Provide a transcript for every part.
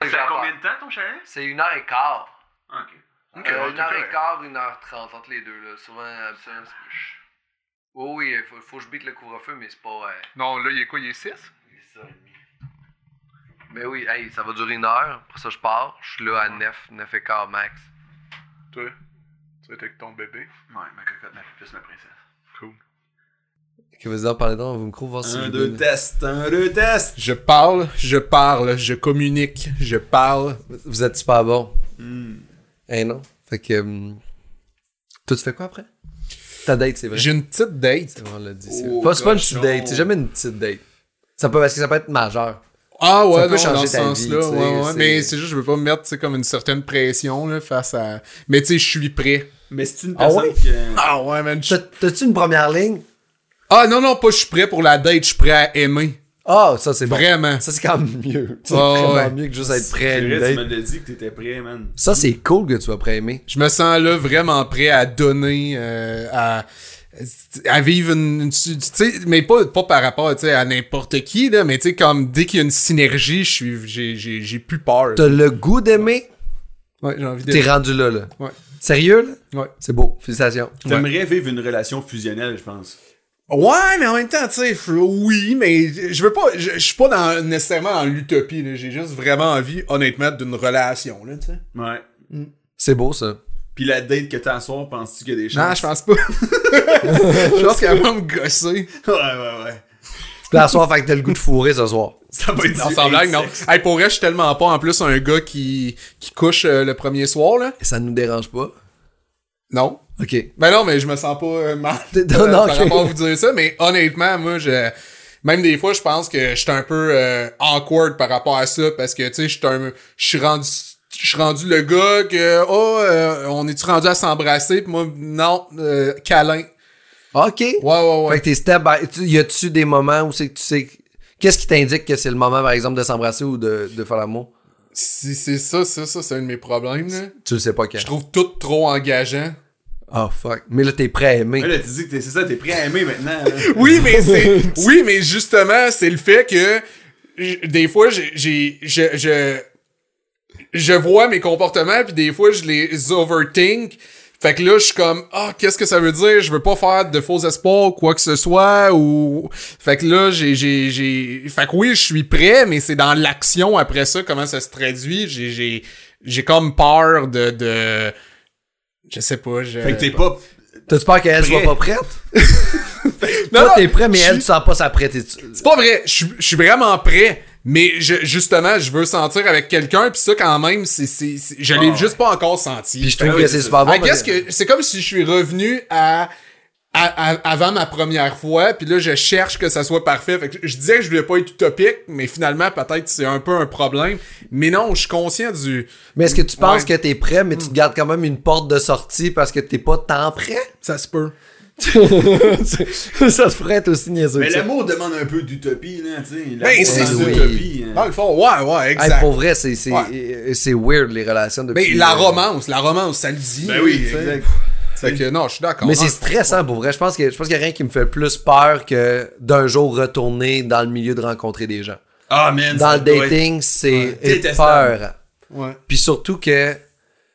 combien de temps ton chalet? C'est une heure et quart. Ah, ok. Ok, Euh, ouais, une t'es heure et correct. quart, une heure trente entre les deux, là. Souvent, absence. Oui, oui, il faut, faut que je bite le couvre-feu, mais c'est pas. euh, Non, là, il est quoi, il est 6? Mais Ben oui, hey, ça va durer une heure. Après ça, je pars. Je suis là à 9, 9 et quart max. Toi, tu vas être avec ton bébé. Ouais, ma cocotte, ma plus ma princesse. Cool. Ok, vas-y, en parlez donc, vous me croyez voir si Un, je deux, donne- test. Un, deux, test. Je parle, je parle, je communique, je parle. Vous êtes super bon. Hmm. Eh non. Fait que. hum, Toi, tu fais quoi après Ta date, c'est vrai. J'ai une petite date. C'est vrai, on l'a dit, c'est Oh, vrai. Pas, c'est pas une petite cochon. date, c'est jamais une petite date. Ça peut, parce que ça peut être majeur. Ah ouais, Ça peut non, changer dans ce ta vie, sens-là. tu sais, ouais, ouais, c'est- mais c'est juste, je veux pas me mettre tu sais, comme une certaine pression là, face à. Mais tu sais, je suis prêt. Mais c'est une Ah personne ouais? que. Ah ouais, man. je- T'as- T'as-tu une première ligne? Ah non, non, pas je suis prêt pour la date, je suis prêt à aimer. Ah, ça, c'est bon. Vraiment. Ça, c'est quand même mieux. C'est Ah, vraiment ouais. mieux que juste être prêt à C'est une vrai, tu me date. l'as dit que t'étais prêt, man. Ça, c'est cool que tu sois prêt à aimer. Je me sens là vraiment prêt à donner, euh, à, à vivre une. une- tu sais, mais pas, pas par rapport tu sais, à n'importe qui, là, mais tu sais, comme dès qu'il y a une synergie, je suis- j'ai- j'ai j'ai plus peur. T'as le goût d'aimer, Ouais, j'ai envie de. t'es rendu là, là. Ouais. Sérieux, là? Ouais. C'est beau. Félicitations. T'aimerais vivre une relation fusionnelle, je pense. Ouais, mais en même temps, tu sais, f- oui, mais je veux pas, je je suis pas dans, nécessairement dans l'utopie, là. j'ai juste vraiment envie, honnêtement, d'une relation, là, tu sais. Ouais. C'est beau, ça. Puis la date que t'as à soir, penses-tu qu'il y a des Non, chances? je pense pas. je pense qu'elle va me gosser. ouais, ouais, ouais. Puis la soir, fait que t'as le goût de fourrer ce soir. Ça va être Non, du sans blague, non. insecte. Hey, pour vrai, je suis tellement pas, en plus, un gars qui, qui couche euh, le premier soir, là. Et ça nous dérange pas. Non. OK. Ben non, mais je me sens pas euh, mal Non, par, non, par ok. rapport à vous dire ça, mais honnêtement, moi, je... Même des fois, je pense que je suis un peu euh, awkward par rapport à ça, parce que, tu sais, je suis un- je suis rendu... Je suis rendu le gars que, oh, euh, on est-tu rendu à s'embrasser? Puis moi, non, euh, câlin. Ah, OK. Ouais, ouais, Fait ouais. que t'es step by... tu- Y a-tu des moments où c'est que tu sais... que- Qu'est-ce qui t'indique que c'est le moment, par exemple, de s'embrasser ou de, de faire l'amour? Si c'est ça, ça, ça, c'est un de mes problèmes, là. Tu le sais pas quand. Je trouve tout trop engageant. Oh, fuck. Mais là, t'es prêt à aimer. Ouais, là, tu dis que t'es- c'est ça, t'es prêt à aimer maintenant. hein. Oui, mais c'est. oui, mais justement, c'est le fait que j- des fois, j'ai- j'ai. Je, je, je vois mes comportements, puis des fois, je les overthink. Fait que là, je suis comme, ah, qu'est-ce que ça veut dire? Je veux pas faire de faux espoirs, quoi que ce soit, ou. Fait que là, j'ai, j'ai, j'ai. Fait que oui, je suis prêt, mais c'est dans l'action après ça, comment ça se traduit. J'ai, j'ai, j'ai comme peur de, de. Je sais pas, je. Fait que t'es pas. T'as-tu peur qu'elle soit Prêt. pas prête? Non, Toi, non, t'es prêt, mais je elle, suis- tu sens pas sa prête. C'est pas vrai, je suis- je suis vraiment prêt. Mais je- justement, je veux sentir avec quelqu'un, puis ça quand même, c'est, c'est, c'est- je l'ai juste pas encore senti. Ah Puis je trouve oui, que c'est c'est ça. super bon. I parce guess Ben, que c'est comme si je suis revenu à, à- à- avant ma première fois, puis là je cherche que ça soit parfait. Fait que je disais que je voulais pas être utopique, mais finalement peut-être c'est un peu un problème. Mais non, je suis conscient du. Mais est-ce que tu penses Ouais. Hmm. que t'es prêt, mais tu te gardes quand même une porte de sortie parce que t'es pas tant prêt? Ça se peut. ça se pourrait être aussi niaiseux Mais que ça. l'amour demande un peu d'utopie, là, tu sais. Ben L'amour c'est demande oui. d'utopie, hein. Dans le fond, ouais, ouais, euh, Hey, exact. pour vrai, euh, c'est c'est- Ouais. euh, c'est weird les relations de Mais la romance, la romance, ça le dit. Ben oui, tu sais. exact. Fait que non, je suis d'accord. Hein. Mais Non, c'est stressant pour vrai. Je pense que je pense qu'il y a rien qui me fait plus peur que d'un jour retourner dans le milieu de rencontrer des gens. Ah, man. Dans ça le doit dating, c'est Détestable. peur. Ouais. Puis surtout que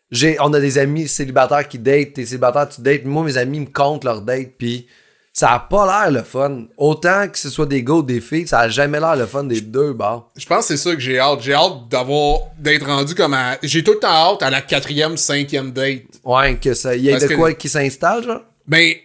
j'ai on a des amis célibataires qui datent, t'es célibataire, tu dates. Moi, mes amis me comptent leur date, puis ça a pas l'air le fun. Autant que ce soit des gars ou des filles, ça a jamais l'air le fun des deux bords. Je pense que c'est ça que j'ai hâte. J'ai hâte d'avoir d'être rendu comme à. J'ai tout le temps hâte à la quatrième, cinquième date. Ouais, que ça y ait Parce de que- quoi qui s'installe, genre. Mais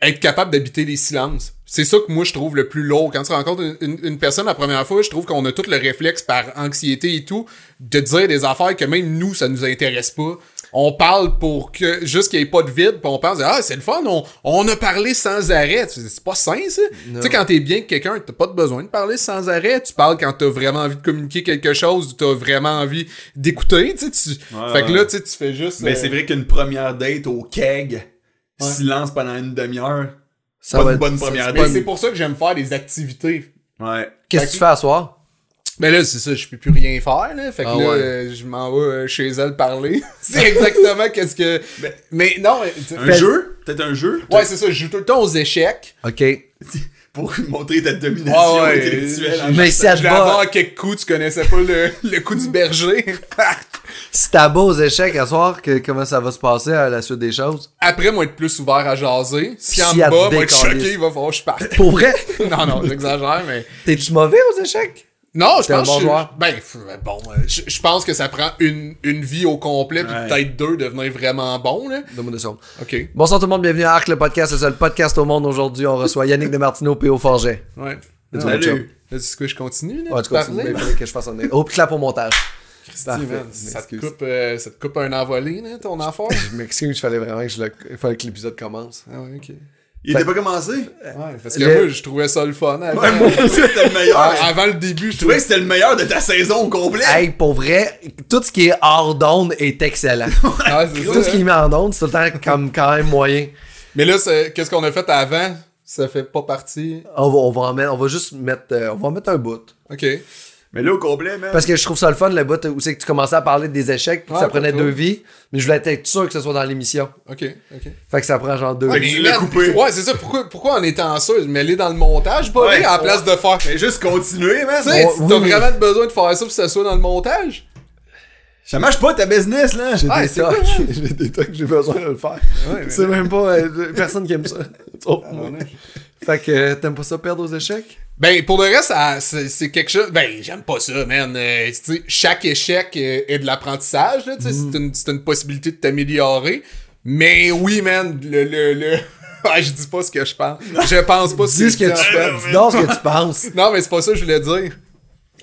Ben, être capable d'habiter les silences. C'est ça que moi je trouve le plus lourd. Quand tu rencontres une, une- une personne la première fois, je trouve qu'on a tout le réflexe par anxiété et tout de dire des affaires que même nous, ça nous intéresse pas. On parle pour que juste qu'il n'y ait pas de vide, puis on pense Ah, c'est le fun, on, on a parlé sans arrêt. Tu sais, C'est pas sain, ça. Tu sais, quand t'es bien avec quelqu'un, t'as pas de besoin de parler sans arrêt. Tu parles quand t'as vraiment envie de communiquer quelque chose, t'as vraiment envie d'écouter. Tu sais, tu... Ouais, fait que ouais. là, tu sais, tu fais juste. Mais euh, Ben, c'est vrai qu'une première date au keg, silence pendant une demi-heure, Ça pas va une être- bonne première mais c'est date. pour ça que j'aime faire des activités Ouais. Qu'est-ce que tu fais à soir? Ben là, c'est ça, je peux plus rien faire, là. Fait que Ah là, ouais. euh, je m'en vais euh, chez elle parler. c'est exactement qu'est-ce que. Ben- Mais non, euh, tu- Un jeu Peut-être un jeu ouais, c'est ça, je joue tout le temps aux échecs. OK. pour montrer ta domination Ouais, ouais. intellectuelle. en Ah Mais si elle Je te l'ai bat, à quelques coups, tu connaissais pas le, le coup du berger. si t'as beau aux échecs à soir, que, comment ça va se passer à la suite des choses? Après, moi, être plus ouvert à jaser. Si Puis en si elle bas, moi, être décalisse. choqué, il va falloir que je parte. Pour vrai? non, non, j'exagère, mais. T'es-tu mauvais aux échecs? Non, je T'es un pense bon que je- joueur. ben f- bon, euh, je, je pense que ça prend une, une vie au complet puis Ouais. peut-être deux devenir vraiment bon là. Donne-moi deux secondes. OK. Bonsoir tout le monde, bienvenue à Arc, le podcast, le seul podcast au monde. Aujourd'hui, on reçoit Yannick Demartino, P.O. Forget. Ouais. Let's Non, go, chum. Salut. Là, c'est quoi, je continue là. Ouais, de tu continues, parler? mais il fallait que je fasse un... Oh, puis clap au montage. Christy, man, Parfait, ça, te m'excuse. coupe, euh, ça te coupe un envolé, là, ton affaire. Je m'excuse, il fallait vraiment que je le- il fallait que l'épisode commence. ah ouais, OK. Il était pas commencé? Ouais, parce que Le- moi, je trouvais ça le fun. Avant, Ouais, moi aussi, c'était le meilleur. Ah, avant le début, je Je trouvais trouvais que c'était le meilleur de ta saison au complet. Hey, pour vrai, tout ce qui est hors d'onde est excellent. Ah, c'est tout ce ça, qui hein. met en onde, c'est tout le temps comme quand même moyen. Mais là, c'est- qu'est-ce qu'on a fait avant? Ça fait pas partie. On va, on va, en mettre- on va juste mettre, euh, on va en mettre un bout. OK. Mais là, au complet, man. Parce que je trouve ça le fun, le bout où c'est que tu commençais à parler des échecs, puis Ouais, ça prenait contrôle. deux vies, mais je voulais être sûr que ce soit dans l'émission. OK. OK. Fait que ça prend genre deux Ouais, vies. mais- Tu l'as Merde, coupé. Ouais, c'est ça. Pourquoi, pourquoi en étant sûr, mais aller dans le montage, pas Ouais, aller en ouais. place de faire. Tu Mais juste continuer, man. sais, Ouais, si oui, t'as mais- vraiment besoin de faire ça pour que ça soit dans le montage. Ça marche pas ta business, là. Ah, Des c'est tocs. quoi, man? J'ai des tocs, j'ai besoin de le faire. c'est même pas euh, personne qui aime ça. Sauf Ah, moi. Fait que euh, t'aimes pas ça perdre aux échecs? Ben, pour le reste, ça- c'est c'est quelque chose. Ben, j'aime pas ça, man. Euh, tu sais, chaque échec euh, est de l'apprentissage, là. tu sais, Mm. C'est une, c'est une possibilité de t'améliorer. Mais oui, man, le. le, le... Ah, je dis pas ce que je pense. Je pense pas Dis ce que tu penses. penses. Dis donc ce que tu penses. Non, mais c'est pas ça que je voulais dire.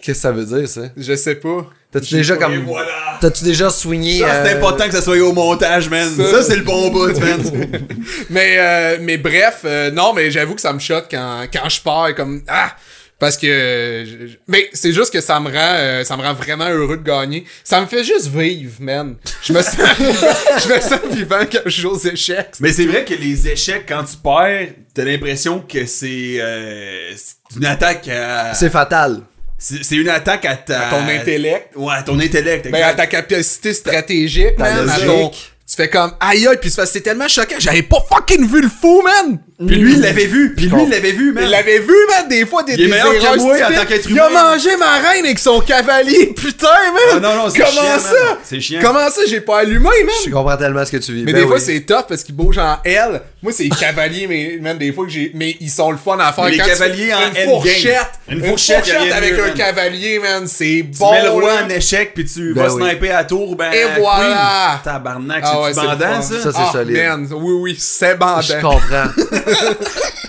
Qu'est-ce que ça veut dire, ça? Je sais pas. T'as-tu déjà Et comme. voilà. T'as-tu déjà swingé. Ça, Ah, c'est euh, important que ça soit au montage, man. ça- Ça, c'est le bon bout, man. mais, euh, mais bref, euh, non, mais j'avoue que ça me choque quand, quand je pars, comme, ah! Parce que, euh, je- je- mais c'est juste que ça me rend, euh, ça me rend vraiment heureux de gagner. Ça me fait juste vivre, man. Je me sens, je me sens vivant quand je joue aux échecs. Mais c'est vrai que les échecs, quand tu perds, t'as l'impression que c'est euh, c'est une attaque à. C'est fatal. C'est c'est une attaque à ta. À ton intellect. Ouais, à ton intellect. Ben, à exact. ta capacité stratégique, Ta man. à logique. ton- tu fais comme, aïe aïe, puis ça, c'est tellement choquant, j'avais pas fucking vu le fou, man! Puis lui, il l'avait vu. Puis lui, il l'avait vu, man. Il l'avait vu, man, des fois, des Il est des meilleur erreurs que moi en stupides. tant qu'être Il a humain. mangé ma reine avec son cavalier, putain, man! Ah non, non, c'est Comment chiant, man. ça? C'est chiant. Comment ça, j'ai pas allumé, Je man? comprends tellement ce que tu vis. Mais Ben des fois, oui. c'est tough parce qu'ils bougent en L. Moi, c'est les cavaliers, mais man, des fois que j'ai. Mais ils sont le fun à faire Les quand tu- cavaliers en une endgame. fourchette. Une fourchette, y a rien de avec mieux, un man. cavalier, man, c'est Tu bon. mets le roi là. en échec, puis tu Ben vas oui. sniper à la tour, ben. Et queen. voilà. Tabarnak, Ah ouais, c'est c'est du le fun. bandant, ça? Ça, c'est Ah, solide. man, oui, oui, c'est bandant. Je comprends.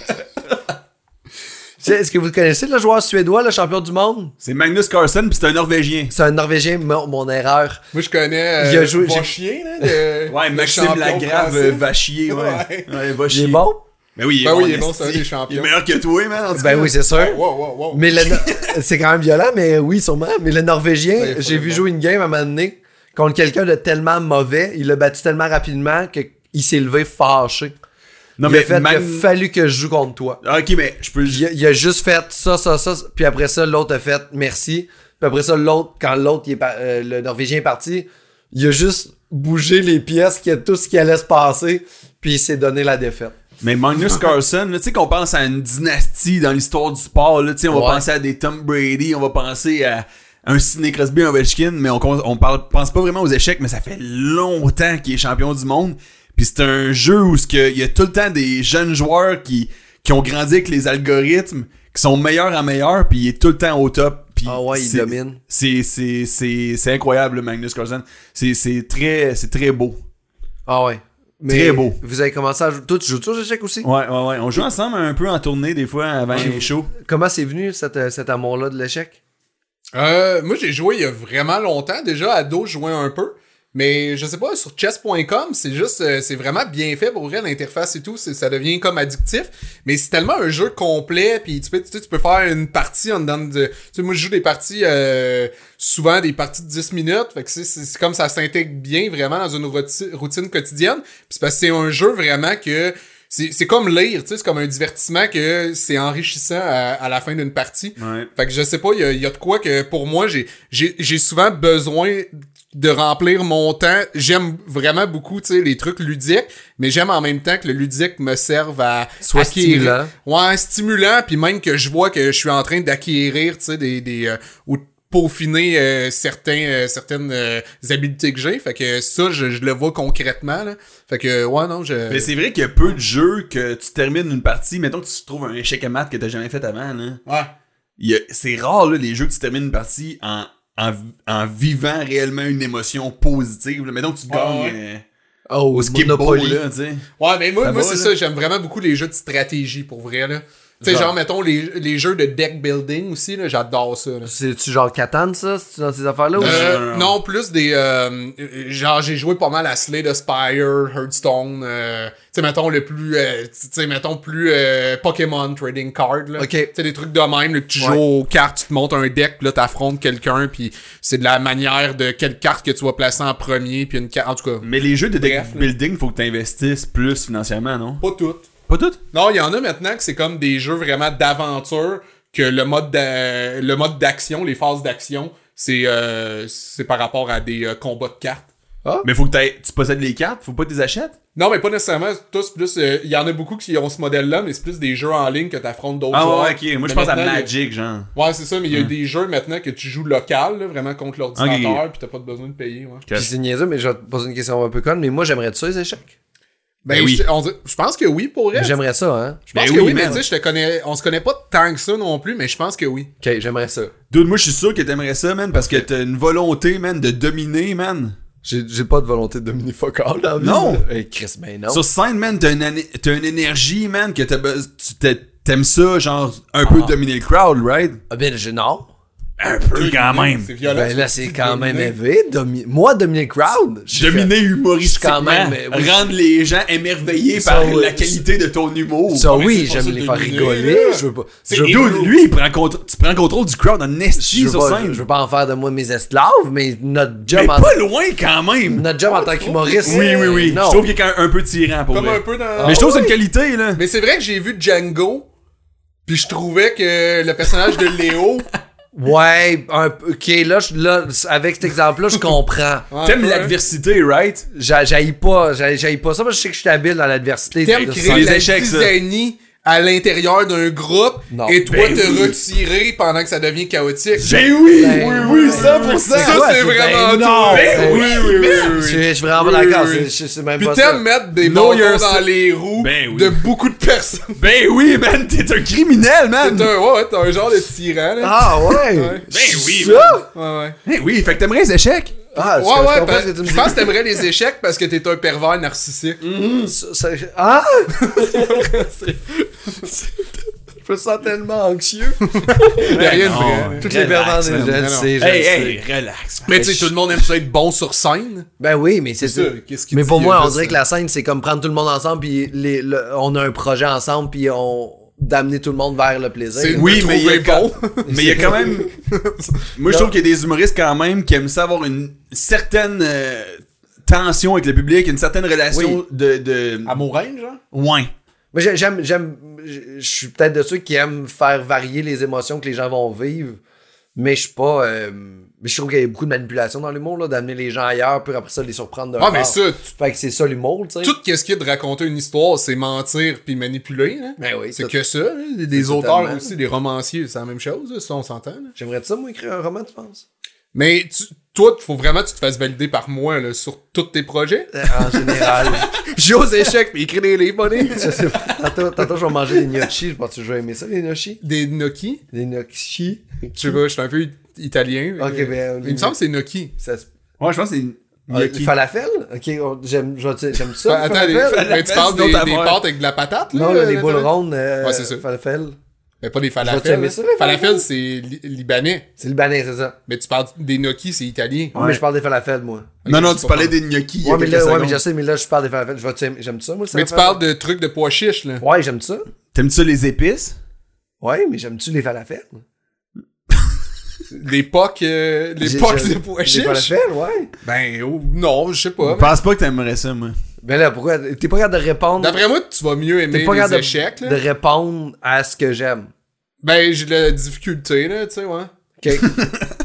Tu sais, Est-ce que vous connaissez le joueur suédois, le champion du monde? C'est Magnus Carlsen, puis c'est un Norvégien. C'est un Norvégien, mon, mon erreur. Moi, je connais. euh, Il a joué- j'ai- Chier, là. de- Ouais, le Maxime champion Lagrave français. euh, va chier, ouais. Ouais. Ouais, va Il chier. est bon? Ben oui, il est Ben bon. oui, il est bon, esti. c'est un des champions. Il est meilleur que toi, man, en tout Ben cas. oui, c'est sûr. Wow, wow, wow. Mais le Nor- c'est quand même violent, mais oui, sûrement. Mais le Norvégien, Ouais, il faut j'ai le vu voir. jouer une game à un moment donné contre quelqu'un de tellement mauvais, il l'a battu tellement rapidement qu'il s'est levé fâché. Non, il a fait, Mag- il a fallu que je joue contre toi. Ah, Ok, mais je peux. Il a, il a juste fait ça, ça, ça, puis après ça, l'autre a fait merci. Puis après ça, l'autre, quand l'autre, il est par- euh, le Norvégien est parti, il a juste bougé les pièces, qu'il y a tout ce qui allait se passer, puis il s'est donné la défaite. Mais Magnus Carlsen, là, tu sais qu'on pense à une dynastie dans l'histoire du sport, là, tu sais, on Ouais. va penser à des Tom Brady, on va penser à un Sidney Crosby, un Ovechkin, mais on, con- on parle, pense pas vraiment aux échecs, mais ça fait longtemps qu'il est champion du monde. Puis c'est un jeu où ce que- il y a tout le temps des jeunes joueurs qui, qui ont grandi avec les algorithmes, qui sont meilleurs en meilleurs, puis il est tout le temps au top. Puis Ah ouais, il c'est- domine. C'est, c'est, c'est, c'est incroyable, Magnus Carlsen. C'est, c'est très, c'est très beau. Ah ouais. Très beau. Vous avez commencé à jouer. Toi, tu joues toujours aux échecs aussi? Ouais, ouais, ouais. On joue ensemble un peu en tournée des fois avant les shows. Comment c'est venu cet, euh, cet amour-là de l'échec? Euh, moi, j'ai joué il y a vraiment longtemps. Déjà, ado, je jouais un peu. Mais je sais pas, sur chess.com, c'est juste, euh, c'est vraiment bien fait pour vrai, l'interface et tout. c'est- Ça devient comme addictif. Mais c'est tellement un jeu complet. Puis tu peux, tu, sais, tu peux faire une partie en dedans de. Tu sais, moi, je joue des parties, euh, souvent des parties de 10 minutes. Fait que c'est- c'est c'est comme ça s'intègre bien vraiment dans une roti- routine quotidienne. Puis c'est parce que c'est un jeu vraiment que. C'est c'est comme lire, tu sais, c'est comme un divertissement que c'est enrichissant à, à la fin d'une partie. Ouais. Fait que je sais pas, il y, a- il y a de quoi que pour moi, j'ai- j'ai j'ai souvent besoin de remplir mon temps. J'aime vraiment beaucoup, tu sais, les trucs ludiques, mais j'aime en même temps que le ludique me serve à Soit stimulant. Ouais, stimulant, puis même que je vois que je suis en train d'acquérir, tu sais, des, des euh, ou de peaufiner euh, certains, euh, certaines euh, habiletés que j'ai. Fait que ça, je, je le vois concrètement, là. Fait que, ouais, non, je... Mais c'est vrai qu'il y a peu de jeux que tu termines une partie, mettons que tu trouves un échec à maths que t'as jamais fait avant, là. Ouais. Il y a- C'est rare, là, les jeux que tu termines une partie en, en, en vivant réellement une émotion positive. là. Mettons que tu gagnes ouais. euh, Oh, au skip ball, là, tu sais. Ouais, mais Ça moi, moi va, c'est là? ça, j'aime vraiment beaucoup les jeux de stratégie, pour vrai, là. Tu sais, genre, Genre. mettons, les, les jeux de deck building aussi, là, j'adore ça, là. C'est-tu genre Catan, ça? C'est-tu dans ces affaires-là? ou- Euh, non, non, non, non. plus des. euh, euh, genre, j'ai joué pas mal à Slay Spire, Hearthstone. euh, tu sais, mettons, le plus. euh, tu sais, mettons, plus euh, Pokémon Trading Card. Là. Ok. Tu sais, des trucs de même, là, que tu Ouais. joues aux cartes, tu te montes un deck, puis là, t'affrontes quelqu'un, puis c'est de la manière de quelle carte que tu vas placer en premier, puis une carte. En tout cas, Mais les jeux de deck Bref, là. building, faut que t'investisses plus financièrement, non? pas toutes. Pas toutes? Non, il y en a maintenant que c'est comme des jeux vraiment d'aventure que le mode d'a- le mode d'action, les phases d'action, c'est euh, c'est par rapport à des euh, combats de cartes. Mais faut que t'aies- tu possèdes les cartes, faut pas que tu les achètes? Non, mais pas nécessairement tous plus euh, il y en a beaucoup qui ont ce modèle là, mais c'est plus des jeux en ligne que t'affrontes d'autres Ah joueurs. ouais, ok. Moi, Mais je pense à maintenant, Magic, genre. il y a- Ouais, c'est ça, mais il y a des jeux maintenant que tu joues local, là, vraiment contre l'ordinateur, Ok. puis t'as pas besoin de payer, ouais. Puis c'est niaiseux, mais je vais te poser une question un peu conne, mais moi, j'aimerais ça, les échecs. Ben, oui. je, on dit- je pense que oui pour elle. Je pense J'aimerais ça, hein? Ben que oui, oui, mais man. tu sais, je te connais, on se connaît pas tant que ça non plus, mais je pense que oui. Ok, j'aimerais ça. Dude, moi, je suis sûr que t'aimerais ça, man, parce que t'as une volonté, man, de dominer, man. J'ai j'ai pas de volonté de dominer fuck all dans la vie. Non. Eh, Chris, ben non. Sur scène, man, t'as une, ané- t'as une énergie, man, que t'as bes- tu t'a- t'aimes ça, genre, un peu dominer le crowd, right? Ah ben, je- non. Un peu, quand même. C'est violent. Ben là, c'est quand même Dominer. élevé. domi- Moi, dominer crowd, je suis Dominer humoristiquement, quand même, mais oui. rendre les gens émerveillés Ça, par oui. la qualité de ton humour. fait- Ça, oui, c'est pour j'aime ça les de faire dominer, rigoler. là. Je veux pas. C'est Je veux- Dude, lui, il prend contr- tu prends contrôle du crowd en je esti veux sur pas- scène. je veux pas en faire de moi mes esclaves, mais notre job Mais en pas loin, quand même. notre job en tant qu'humoriste. Oui, oui, oui. Non. Je trouve qu'il est quand même un peu tyran, pour Comme vrai. un peu dans Mais je trouve que c'est Ah, une qualité, là. Mais c'est vrai que j'ai vu Django, puis je trouvais que le personnage de Léo. Ouais, un peu- ok, là, je- là, avec cet exemple-là, je comprends. T'aimes un peu, l'adversité, right? J'a- J'haïs pas, j'haïs j'haïs pas ça parce que je sais que je suis habile dans l'adversité. T'aimes De- créer les la échecs, ça. zizanie à l'intérieur d'un groupe Non. et toi Ben te oui. retirer pendant que ça devient chaotique. Ben oui! Ben oui, oui, oui. 100%! Ça, Ben ouais, c'est c'est- vraiment ben toi. non, Ben ben oui, oui, oui, Je oui. je suis vraiment Oui, pas d'accord, oui, c'est oui. c'est- c'est même Puis pas ça. t'aimes mettre des Know bâtons yourself. dans les roues Ben oui. de beaucoup de personnes. Ben oui, man, t'es un criminel, T'es man! un, ouais, t'es un genre de tyran, là. Ah ouais! Ben oui, Ça? Ouais, ouais. Ben oui, fait que t'aimerais les échecs? Ah, Ouais, ouais, ben- parce parce- que tu me je pense que t'aimerais les échecs parce que t'es un pervers narcissique. Mm. dis. Ça- ça- Ah! Je me sens tellement anxieux. Il y a rien de vrai. Ben non. Toutes les pervers Relax, des man. je le Non, non. sais, je le sais. relax. Mais tu sais, tout le monde aime ça être bon sur scène. Ben oui, mais c'est ça. ça, qu'est-ce qu'il Mais dit, pour euh, moi, on là, dirait ça? que la scène, c'est comme prendre tout le monde ensemble, puis les- le- on a un projet ensemble, puis on d'amener tout le monde vers le plaisir. Oui, me mais il y trouver a quand- bon. mais il y a quand même. Moi, je trouve qu'il y a des humoristes quand même qui aiment ça avoir une certaine euh, tension avec le public, une certaine relation Oui. Ah. de, de. Amoureuse, genre? Ouais. Moi, j'ai- j'aime, j'aime, je je suis peut-être de ceux qui aiment faire varier les émotions que les gens vont vivre, mais je suis pas. euh, mais je trouve qu'il y a beaucoup de manipulation dans l'humour, là, d'amener les gens ailleurs, puis après ça, les surprendre d'un Ah, mais bord. ça, Fait que c'est ça l'humour, tu sais. tout qu'est-ce qu'il y a de raconter une histoire, c'est mentir puis manipuler. Là. Ben oui, c'est tout- que ça. là. Les totalement. auteurs aussi, les romanciers, c'est la même chose. là, Ça, on s'entend. là. J'aimerais ça, moi, écrire un roman, tu penses Mais tu- toi, faut vraiment que tu te fasses valider par moi là, sur tous tes projets. Euh, En général. J'ai aux échecs puis écrit des livres, bonnet. je sais pas. Tantôt, tantôt, je vais manger des gnocchi. Je pense que je vais aimer ça, les gnocchi. Des gnocchi. Des gnocchi. Tu vois, je suis un peu i- italien. Ok, mais- ben, Il me semble que c'est gnocchi. Ça se- Ouais, je pense que c'est. Ah, Gnocchi. falafel Ok, on- j'aime, je- tu sais, j'aime ça. Ben, le attends, les- falafel. ben, tu falafel, parles c'est une des, autre des affaire. pâtes avec de la patate? Là, Non, là, les là, boules t'as- rondes. euh, Ouais, c'est ça. Falafel. Mais pas des Vas-tu aimer falafels. ça, là. les Falafel, falafels? c'est li- libanais. C'est libanais, c'est ça. Mais tu parles des gnocchi, c'est italien. Ouais, Mais je parle des falafels, moi. Non, non, c'est tu pas parlais des gnocchi. il y a Ouais, mais quelques là, ouais, mais secondes. je sais, mais là, je parle des falafels. Je vais- tu sais, J'aime ça, moi, le Mais tu falafel? parles de trucs de pois chiches, là. Ouais, j'aime ça. T'aimes-tu ça les épices? Ouais, mais j'aime-tu les falafels? Des pocs, euh, des J'ai- pocs j'ai- de pois les chiches. falafels, ouais. Ben, oh, non, je sais Je pas. pense pas que t'aimerais ça, moi. Ben là, pourquoi? T'es pas capable de répondre. D'après moi, tu vas mieux T'es aimer pas les capable de, échecs, là. de répondre à ce que j'aime. Ben, j'ai de la difficulté, là, tu sais, ouais. Ok.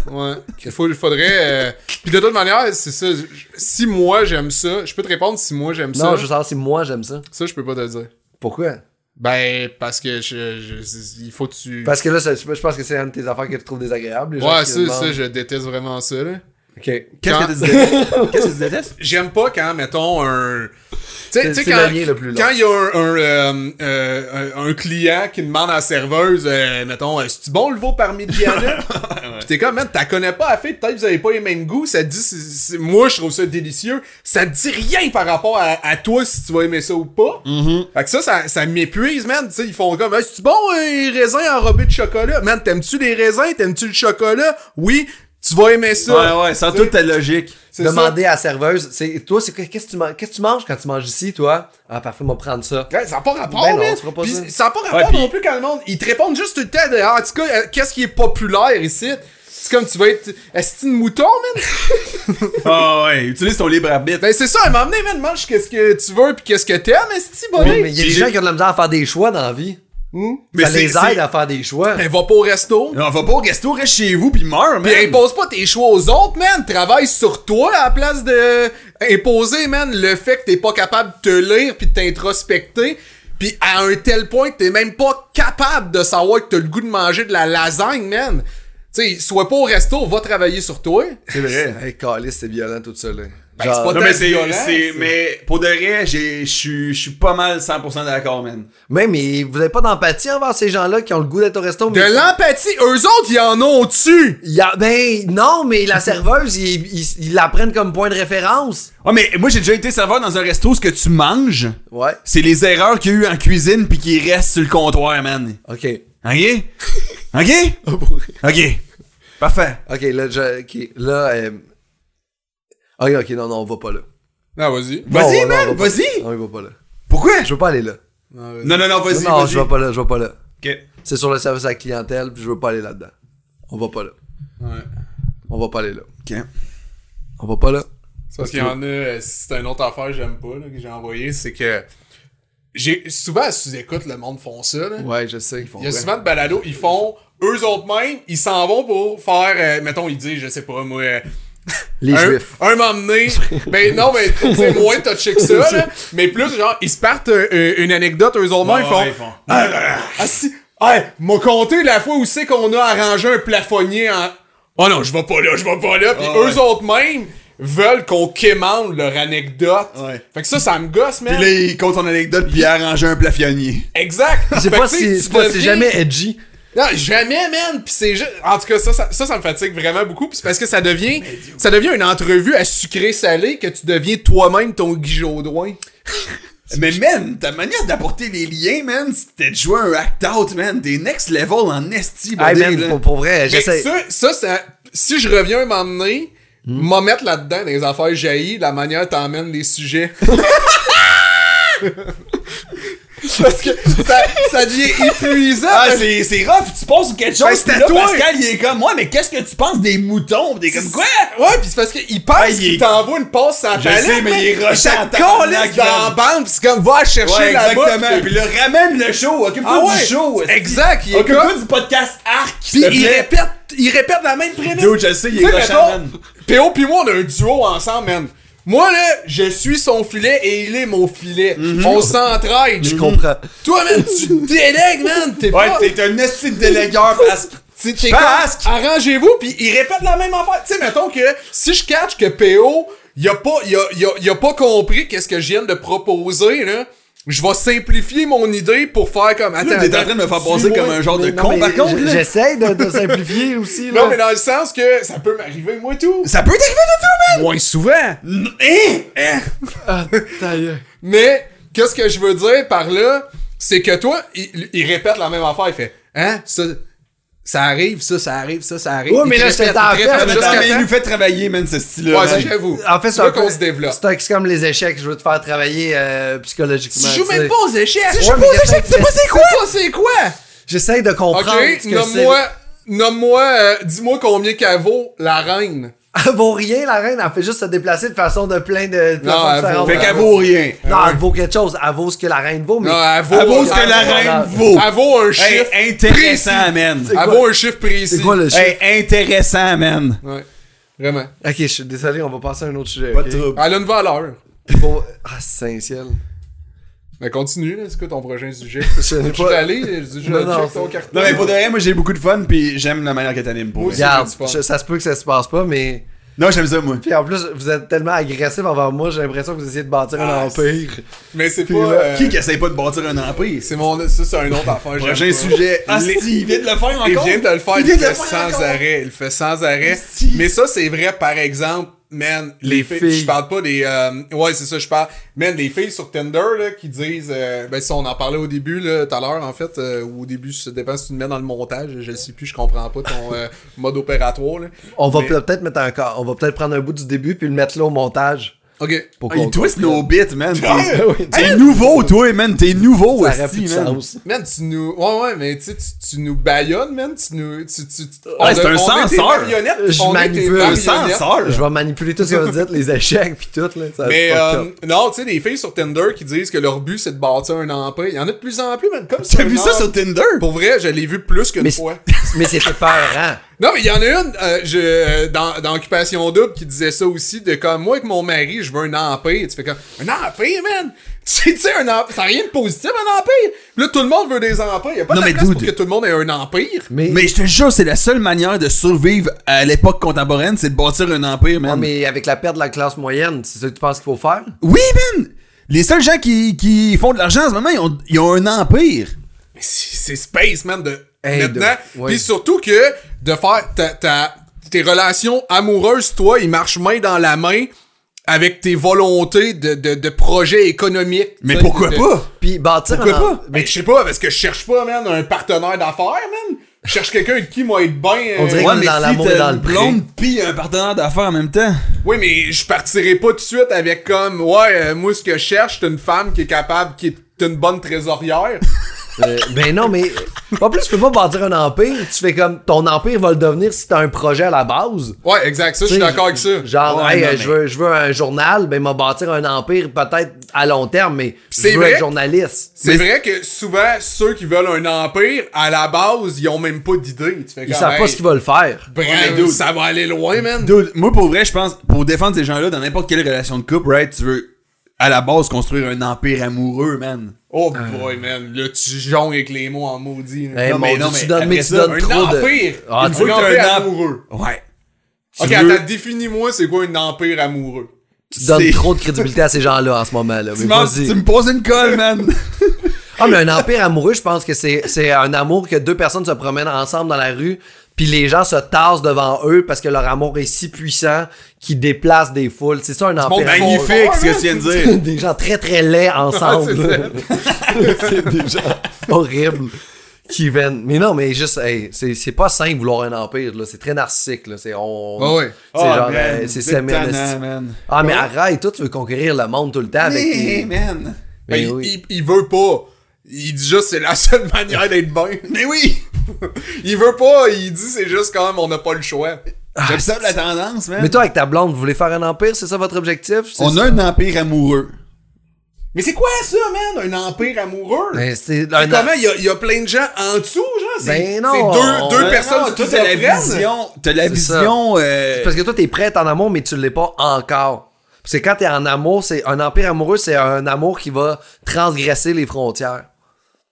ouais. Il faut- il faudrait. euh, Puis de toute manière, c'est ça. Si moi j'aime ça, je peux te répondre si moi j'aime ça. Non, je veux savoir si moi j'aime ça. Ça, je peux pas te le dire. Pourquoi? Ben, parce que je, je- il faut que tu. Parce que là, ça- je pense que c'est une de tes affaires que tu trouves désagréable. les gens ouais, qui ça, demandent. ça, je déteste vraiment ça, là. Ok. Qu'est-ce Quand- que tu détestes? Qu'est-ce que tu détestes? J'aime pas quand, mettons, un. Tu sais- tu sais, c'est quand. le lien le plus long. Quand il y a un, un, euh, euh, un- un client qui demande à la serveuse, euh, mettons, euh, c'est-tu bon le veau parmi Diana? Pis t'es comme, man, t'as connais pas à fait, peut-être que vous avez pas les mêmes goûts, ça te dit, c'est- c'est- moi je trouve ça délicieux, ça te dit rien par rapport à, à toi si tu vas aimer ça ou pas. Mm-hmm. Fait que ça, ça, ça m'épuise, man, tu sais, ils font comme, Hey, c'est-tu bon euh, les raisins enrobés de chocolat? Man, t'aimes-tu les raisins? T'aimes-tu le chocolat? Oui, tu vas aimer ça. Ouais, ouais, sans toute ta logique. C'est ça. Demander à la serveuse, c'est toi, c'est quoi- qu'est-ce que tu manges, qu'est-ce que tu manges quand tu manges ici, toi? Ah, parfait, on va prendre ça. Ouais, ça n'a pas rapport, Ben non, man. tu feras pas Puis ça. ça n'a pas rapport Ouais, puis- non plus quand le monde. Ils te répondent juste tout le temps de Ah, en tout cas, euh, qu'est-ce qui est populaire ici? C'est comme tu vas être. Est-ce une mouton, man? Ah ouais, utilise ton libre arbitre. ben c'est ça, à un moment donné, man, mange qu'est-ce que tu veux puis qu'est-ce que t'aimes, est-ce que Mais il y a des Puis gens j'ai- Hmm? qui ont de la misère à faire des choix dans la vie. Mais ça c'est- les c'est- aide à faire des choix. Ben va pas au resto. Non, va pas au resto, reste chez vous pis meurs, man. Puis impose pas tes choix aux autres, man. Travaille sur toi à la place de imposer, man, le fait que t'es pas capable de te lire puis de t'introspecter. Puis à un tel point que t'es même pas capable de savoir que t'as le goût de manger de la lasagne, man. Tu sais, sois pas au resto, va travailler sur toi. C'est vrai. Hey, calice, c'est violent tout ça, là. Ben, c'est pas Non, mais tant c'est, violent, c'est- c'est- mais pour de vrai, j'ai- je suis- je suis pas mal 100% d'accord, man. Mais, mais vous avez pas d'empathie envers ces gens-là qui ont le goût d'être au resto. De Mais... l'empathie, eux autres, ils en ont tu Il y a- Ben, non, mais la serveuse, ils, ils- ils la prennent comme point de référence. Ouais, Ah, mais moi, j'ai déjà été serveur dans un resto, ce que tu manges, Ouais. c'est les erreurs qu'il y a eu en cuisine pis qui restent sur le comptoir, man. Ok. OK? OK? OK. Parfait. Ok, là, je, ok, là, euh... Ok, ok, non, non, on va pas là. Non, Ah, vas-y. Vas-y, Non, non, man, on va pas- vas-y. Non, on va pas là. Pourquoi? Je veux pas aller là. Non, non, non, vas-y, non, non, vas-y. je vais pas là, je vais pas là. OK. C'est sur le service à la clientèle, puis je veux pas aller là-dedans. On va pas là. Ouais. On va pas aller là. OK. On va pas là. C'est parce qu'il y en a, euh, c'est une autre affaire que j'aime pas, là, que j'ai envoyé, c'est que. J'ai souvent à sous-écoute, le monde font ça, là. Ouais, je sais, ils font Il y a souvent de balados, ils font eux autres mêmes, ils s'en vont pour faire, euh, mettons, ils disent, je sais pas, moi. euh, Les un, juifs. Un moment donné, ben non, mais tu sais, moins touché que ça, là, mais plus, genre, ils se partent euh, euh, une anecdote, eux autres mêmes, Ouais, ils font. ouais, ils font. Ah, ah, ah, si, hey, m'a conté la fois où c'est qu'on a arrangé un plafonnier en. Oh non, je vais pas là, je vais pas là, puis Ah, eux autres mêmes veulent qu'on quémande leur anecdote. Ouais. Fait que ça, ça me gosse, man. Puis là, il compte son anecdote puis il a arrangé un plafonnier. Exact. C'est Fait pas que, tu sais, si, tu c'est pas- c'est deviens- jamais edgy. non, jamais, man! Pis c'est juste... En tout cas, ça, ça, ça, ça me fatigue vraiment beaucoup. Pis c'est parce que ça devient... Ça devient une entrevue à sucré-salé que tu deviens toi-même ton Guy Jodoin. Mais man, ta manière d'apporter les liens, man, c'était de jouer un act-out, man. Des next level en esti, Hey, buddy, man, là. pour, pour vrai, Mais j'essaie. ça, ça, ça- Si je reviens m'emmener, m'en mettre là-dedans dans les affaires jaillies, la manière t'emmènes les sujets. parce que ça, ça devient épuisant. Ah, parce- c'est c'est rough, tu penses sur quelque chose, Ben, c'est pis à là, toi. Pascal, il est comme, moi, mais qu'est-ce que tu penses des moutons? Des comme quoi? Ouais, pis c'est parce qu'il pense Ah, il est- qu'il t'envoie une passe à la Je sais, mais il est rushé en tabarnak, collé dans la man. bande, pis c'est comme, va chercher Ouais, là-bas. exactement. pis Puis là, ramène le show, occupe-toi Ah ouais, du show. esti. exact, il est Occupe-toi comme- du podcast Arc. Pis il répète, il répète la même prémisse. Yo, je le sais, il est Tu sais, rushant, mettons, man. PO pis moi, on a un duo ensemble, man. Moi, là, je suis son filet et il est mon filet. Mhm. On s'entraide. Je comprends. Toi, man, tu délègues, man. T'es Ouais, pas... t'es un esti de délégueur, Pascal. T'sais, t'es Basque. comme, arrangez-vous, puis ils répètent la même affaire. Tu sais, mettons que si je catch que PO, il a pas, il a, il a, il a pas compris qu'est-ce que je viens de proposer, là, je vais simplifier mon idée pour faire comme. Attends, Là, t'es en attends, train de me faire passer comme un genre de Non, con, mais par contre, j- là. J'essaie de, de simplifier aussi. Là. Non, mais dans le sens que ça peut m'arriver, moi, tout. Ça peut t'arriver de tout, man! Moins souvent. N- Hein? Hein? Mais, qu'est-ce que je veux dire par là, c'est que toi, il, il répète la même affaire. Il fait, hein, ça, ça arrive, ça, ça arrive, ça, ça arrive. Ouais, Il mais te là, je répète, t'étais en il te répète perte, Mais jusqu'à attends, jusqu'à mais il temps. nous fait travailler, man, ce style-là. Ouais, man. ça, j'avoue. En fait, c'est c'est un là qu'on peu- se développe. C'est un- c'est comme les échecs. Je veux te faire travailler euh, psychologiquement. Tu joues sais. même pas aux échecs. Tu joues Ouais, pas mais aux échecs, tu sais pas c'est quoi. c'est quoi. J'essaie de comprendre. Ok, ce que c'est. nomme-moi, nomme-moi, euh, dis-moi combien qu'elle vaut la reine. Elle vaut rien, la reine. Elle fait juste se déplacer de façon de plein de. de façon elle vaut- différente. Fait qu'elle vaut rien. Non, elle vaut quelque chose. Elle vaut ce que la reine vaut. Mais... Ah Non, elle vaut, Elle vaut ce que la reine vaut. Elle vaut un Hey, chiffre intéressant, précis. man. Elle vaut un chiffre précis. C'est quoi le chiffre? Hey, intéressant, man. Ouais. Vraiment. Ok, je suis désolé, on va passer à un autre sujet. ok? Elle a une valeur. Bon- Ah, Saint-Ciel. Mais continue, là, c'est quoi ton prochain sujet? Je sais Je suis pas. allé, je je- Non, non, check ton c'est- carton. Non, mais pour de vrai, moi, j'ai eu beaucoup de fun, puis j'aime la manière que t'animes pour Moi vrai. aussi. Regarde, du fun. je- ça se peut que ça se passe pas, mais. Non, j'aime ça, moi. Puis en plus, vous êtes tellement agressif envers moi, j'ai l'impression que vous essayez de bâtir un Ah, empire. Mais c'est pas. Puis, euh, euh, Qui qui essaye pas de bâtir un empire? C'est mon. Ça, c'est un autre affaire. j'aime Prochain pas. sujet. Les- Asti, Ah, il vient de le faire encore. Il vient de le faire, il, vient de fait le faire sans encore. arrêt. Il le fait sans arrêt. Esti. Mais ça, c'est vrai, par exemple, man, les, Les filles. filles. Je parle pas des. euh, ouais, c'est ça, je parle. Man, les filles sur Tinder, là, qui disent. euh, ben, si on en parlait au début, là, tout à l'heure, en fait, euh, ou au début, ça dépend si tu le mets dans le montage. Je sais plus, je comprends pas ton euh, mode opératoire, là. On va Mais- peut-être mettre un corps. On va peut-être prendre un bout du début puis le mettre là au montage. Ok. Pour Ah, il twist nos bits, man. Ah, T'es- oui. T'es nouveau, toi, man. T'es nouveau, Ça aurait Asti, plus de man. sens. Man, tu nous. Ouais, ouais, mais tu, sais, tu, tu nous baillonnes, man. Tu nous. Tu, tu, tu- Ouais, c'est on- on un est tes censeur. marionnettes, Je on est tes manipule. Un Un marionnettes. censeur. Je vais manipuler tout ce que vous dites, les échecs puis tout. Là, ça va Oh Mais être fucked euh, up. non, tu sais, des filles sur Tinder qui disent que leur but c'est de bâtir un empire. Il y en a de plus en plus, man. Comme T'as un vu ça empire. sur Tinder? Pour vrai, je l'ai vu plus qu'une Mais- fois. mais c'était peurant. Non, mais il y en a une euh, je, euh, dans, dans Occupation Double qui disait ça aussi de comme moi avec mon mari, je veux un empire. Tu fais comme un empire, man. Tu sais, tu sais, un empire, ça n'a rien de positif, un empire. Là, tout le monde veut des empires. Il y a pas Non, de mais place pour dude. que tout le monde ait un empire. Mais, Mais je te jure, c'est la seule manière de survivre à l'époque contemporaine, c'est de bâtir un empire, man. Ah, mais avec la perte de la classe moyenne, c'est ça que tu penses qu'il faut faire? Oui, man! Les seuls gens qui, qui font de l'argent en ce moment, ils ont, ils ont un empire. Mais c'est c'est space, man, de Hey, maintenant. de- ouais. Puis surtout que de faire ta, ta- tes relations amoureuses, toi, ils marchent main dans la main avec tes volontés de, de, de projets économiques. Mais tu sais, pourquoi de- pas? Puis bâtir Pourquoi un- pas? Mais je sais pas, parce que je cherche pas, man, un partenaire d'affaires, man. Je cherche quelqu'un avec qui moi être bien. euh, On dirait Ouais, comme mais dans si l'amour t'as et dans une le pré. blonde pis un partenaire d'affaires en même temps. Oui, mais je partirai pas tout de suite avec comme, ouais, euh, moi, ce que je cherche, c'est une femme qui est capable, qui est une bonne trésorière. Euh, ben non, mais en plus, tu peux pas bâtir un empire. Tu fais comme ton empire va le devenir si t'as un projet à la base. ouais, exact, ça, je suis Tu sais, d'accord avec ça. Genre, Ouais, hey, non, euh, mais- je, veux, je veux un journal, ben m'a bâtir un empire peut-être à long terme, mais je c'est veux vrai être journaliste. C'est vrai que souvent, ceux qui veulent un empire, à la base, ils ont même pas d'idée. Tu fais Ils savent pas ce qu'ils veulent faire. Ouais, dude. ça va aller loin, man. Dude, moi pour vrai, je pense, pour défendre ces gens-là dans n'importe quelle relation de couple, right, tu veux à la base construire un empire amoureux, man. Oh boy, man. Là, tu jongles avec les mots en maudit. là. Hey, Non, Euh. Ben, mon mais Dieu, non, tu mais donnes, mais après tu ça, donnes un trop de. empire! Ah, Il tu- faut veux un que t'aies empire un emp- amoureux. Ouais. Tu Ok, veux- attends, définis-moi, c'est quoi un empire amoureux? tu donnes c'est- trop de crédibilité à ces gens-là en ce moment-là. Tu Mais m'en- vas-y. tu me poses une colle, man. Ah, mais un empire amoureux, je pense que c'est c'est un amour que deux personnes se promènent ensemble dans la rue, puis les gens se tassent devant eux parce que leur amour est si puissant qu'ils déplacent des foules. C'est ça, un empire monde amoureux. Magnifique ce que tu viens de dire. des gens très très laids Ah, ensemble. c'est des gens horribles qui viennent. Mais non, mais juste, hey, c'est c'est pas simple vouloir un empire, là. C'est très narcissique, là. C'est on. Ah ouais. C'est Oh, genre, man, hey, c'est c'est semaine, tannant, esti. man. Ah, mais arrête, toi, tu veux conquérir le monde tout le temps avec. Hey, man. Ben, Mais il, oui. il- il veut pas. Il dit juste c'est la seule manière d'être bien. Mais oui! il veut pas, il dit c'est juste quand même on n'a pas le choix. J'observe la tendance, man. Ah, Mais toi, avec ta blonde, vous voulez faire un empire, c'est ça votre objectif? C'est On ça? a un empire amoureux. Mais c'est quoi ça, man? Un empire amoureux? Ben, c'est C'est un comment il y a- il y, a plein de gens en dessous, genre? C'est Ben non, c'est on- deux, deux Ben personnes non, qui Ah, toi, t'as la s'apprennent. vision. T'as la C'est ça. vision. euh, Parce que toi, t'es prête en amour, mais tu l'es pas encore. Parce que quand t'es en amour, c'est un empire amoureux, c'est un amour qui va transgresser les frontières.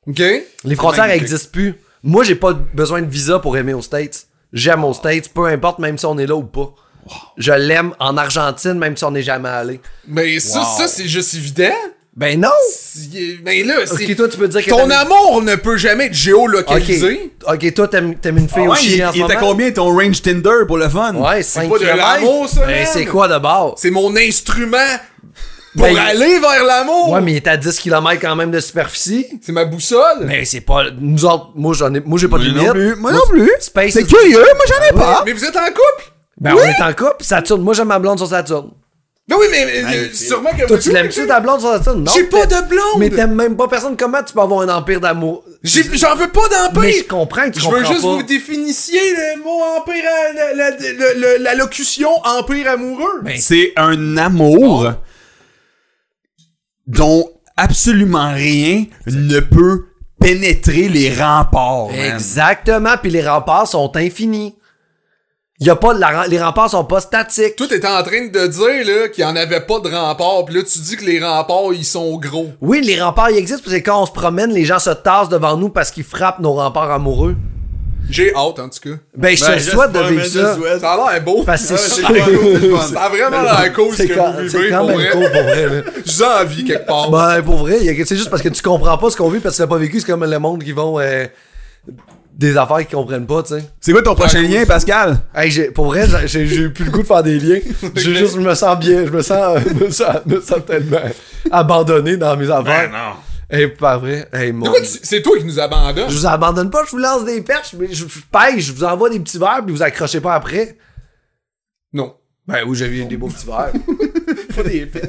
Ok? Les frontières Magnifique. n'existent plus. Moi, j'ai pas besoin de visa pour aimer aux States. J'aime aux States, peu importe même si on est là ou pas. Je l'aime en Argentine, même si on n'est jamais allé. Mais Ben, ça, ça c'est juste évident. Ben non! Si- Mais là, c'est. Ok, toi, tu peux dire que. Ton t'aimes- amour ne peut jamais être géolocalisé. Ok, ok, toi, t'aimes t'aimes une Ah fille au ouais, il, Chili en ce il est à moment? combien ton range Tinder pour le fun? Ouais, 5 pas de l'amour, ça, man. c'est quoi de bord? C'est mon instrument pour Ben, aller vers l'amour. Ouais, mais il est à 10 km quand même de superficie. C'est ma boussole. Mais c'est pas. Nous autres, moi, j'en ai, moi j'ai pas de Moi limite. non plus. Moi non plus. Space C'est is- curieux, moi j'en ai pas. Mais vous êtes en couple? Ben, on est en couple, Saturne. Moi, j'aime ma blonde sur Saturne. Ben oui, mais euh, sûrement que Toi, tu l'aimes-tu ta blonde sur Saturne? Non. J'ai pas t'aimes- de blonde. Mais t'aimes même pas personne. Comment tu peux avoir un empire d'amour J'ai- J'en veux pas Mais d'empire! je comprends que tu Je veux comprends juste pas. vous définissiez le mot empire, à- la, la, le- le- la locution empire amoureux. Mais- C'est un amour dont absolument rien ne peut pénétrer les remparts. man. Exactement, puis les remparts sont infinis. Y a pas de la- les remparts sont pas statiques. Toi, t'es en train de dire là qu'il n'y en avait pas de remparts, puis là, tu dis que les remparts, ils sont gros. Oui, les remparts ils existent parce que quand on se promène, les gens se tassent devant nous parce qu'ils frappent nos remparts amoureux. J'ai hâte, en tout cas. Ben, je Ben, te souhaite de j'espère, vivre mais je ça. souhaite. Ça a l'air beau. Parce que c'est Ça sûr. a cool, l'air- ça a vraiment l'air cool ce C'est que quand, vous c'est vivez, quand pour même vrai. cool pour vrai. là. J'ai envie, quelque part. Ben, pour vrai, y a- c'est juste parce que tu comprends pas ce qu'on vit parce que tu l'as pas vécu. C'est comme le monde qui vont. euh, des affaires qu'ils comprennent pas, tu sais. C'est quoi ton prochain lien, Pascal? Hey, j'ai- pour vrai, j'ai- j'ai j'ai plus le goût de faire des liens. J'ai juste, je me sens bien, je me sens, euh, je me sens, je me sens tellement abandonné dans mes affaires. non. Hey, pas vrai. Hey, mon... Pourquoi tu- C'est toi qui nous abandonne. Je vous abandonne pas, je vous lance des perches, mais je, je pêche, je vous envoie des petits verres, puis vous accrochez pas après. Non. Ben oui, j'avais des beaux petits verres.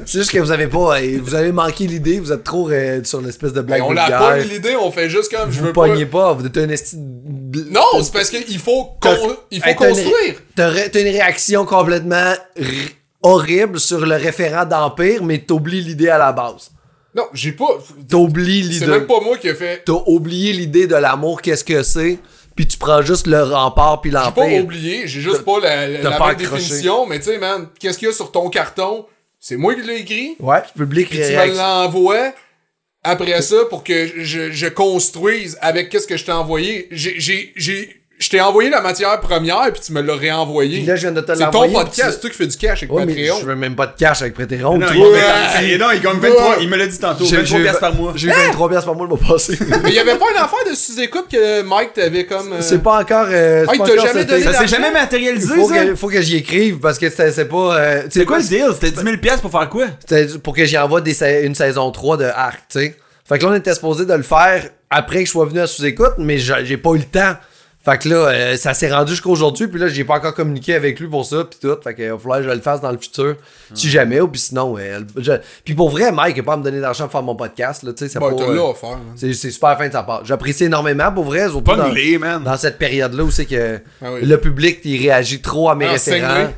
C'est juste que vous avez pas, euh, vous avez manqué l'idée, vous êtes trop euh, sur l'espèce de blague Ben, on l'a vulgaire. pas eu l'idée, on fait juste comme je vous veux pognez pas. pas, vous êtes un esti... de- Non, c'est parce qu'il faut, con- il faut Hey, t'as une ré- construire. T'as ré- t'as une réaction complètement r- horrible sur le référent d'Empire, mais t'oublies l'idée à la base. Non, j'ai pas. T'oublies C'est l'idée. même pas moi qui ai fait. T'as oublié l'idée de l'amour, qu'est-ce que c'est, puis tu prends juste le rempart puis J'ai pas l'Empire. oublié, j'ai juste pas la, la, t'as la pas bonne accroché. définition, mais tu sais, man, qu'est-ce qu'il y a sur ton carton? C'est moi qui l'ai écrit, Ouais, le public puis tu me réaction. l'envoies après ça pour que je, je construise avec qu'est-ce que je t'ai envoyé. J'ai, j'ai, j'ai, je t'ai envoyé la matière première, puis tu me l'as réenvoyé. Puis là, je viens de te C'est ton l'envoyer, puis podcast, tu- c'est toi qui fais du cash avec Ouais, mais Patreon. je veux même pas de cash avec Prétéron. Non, tu il, vois. gagne 23 et non, il gagne 23. Il me l'a dit tantôt. J'ai- 23 j'ai- piastres par mois. J'ai eu 23 piastres par mois le mois passé. Mais il y avait pas une affaire de sous-écoute que Mike t'avait comme. euh, C'est pas encore. euh, c'est Ah, il pas t'a encore jamais sauté. donné Ça s'est l'argent? jamais Faut matérialisé, que, ça? faut que j'y écrive parce que c'est c'est pas. euh, tu sais C'est quoi le deal? C'était 10 000 piastres pour faire quoi? C'était pour que j'y envoie des sa- une saison 3 de Arc, tu sais. Fait que là, on était supposé de le faire après que je sois venu à sous-écoute, mais j'a- j'ai pas eu le temps. Fait que là, euh, ça s'est rendu jusqu'à aujourd'hui, puis là, j'ai pas encore communiqué avec lui pour ça, puis tout. Fait que, il va falloir que je le fasse dans le futur, si jamais, ou puis sinon. euh, le- je- Puis pour vrai, Mike, il a pas à me donner d'argent pour faire mon podcast, là, tu sais. c'est Ben, pas, t'as euh, là à faire, man. C'est c'est super fin de sa part. J'apprécie énormément, pour vrai, surtout Pas dans, de lait, man. dans cette période-là où c'est que Ah oui. le public, il réagit trop à mes Ah, référents. Cinglé.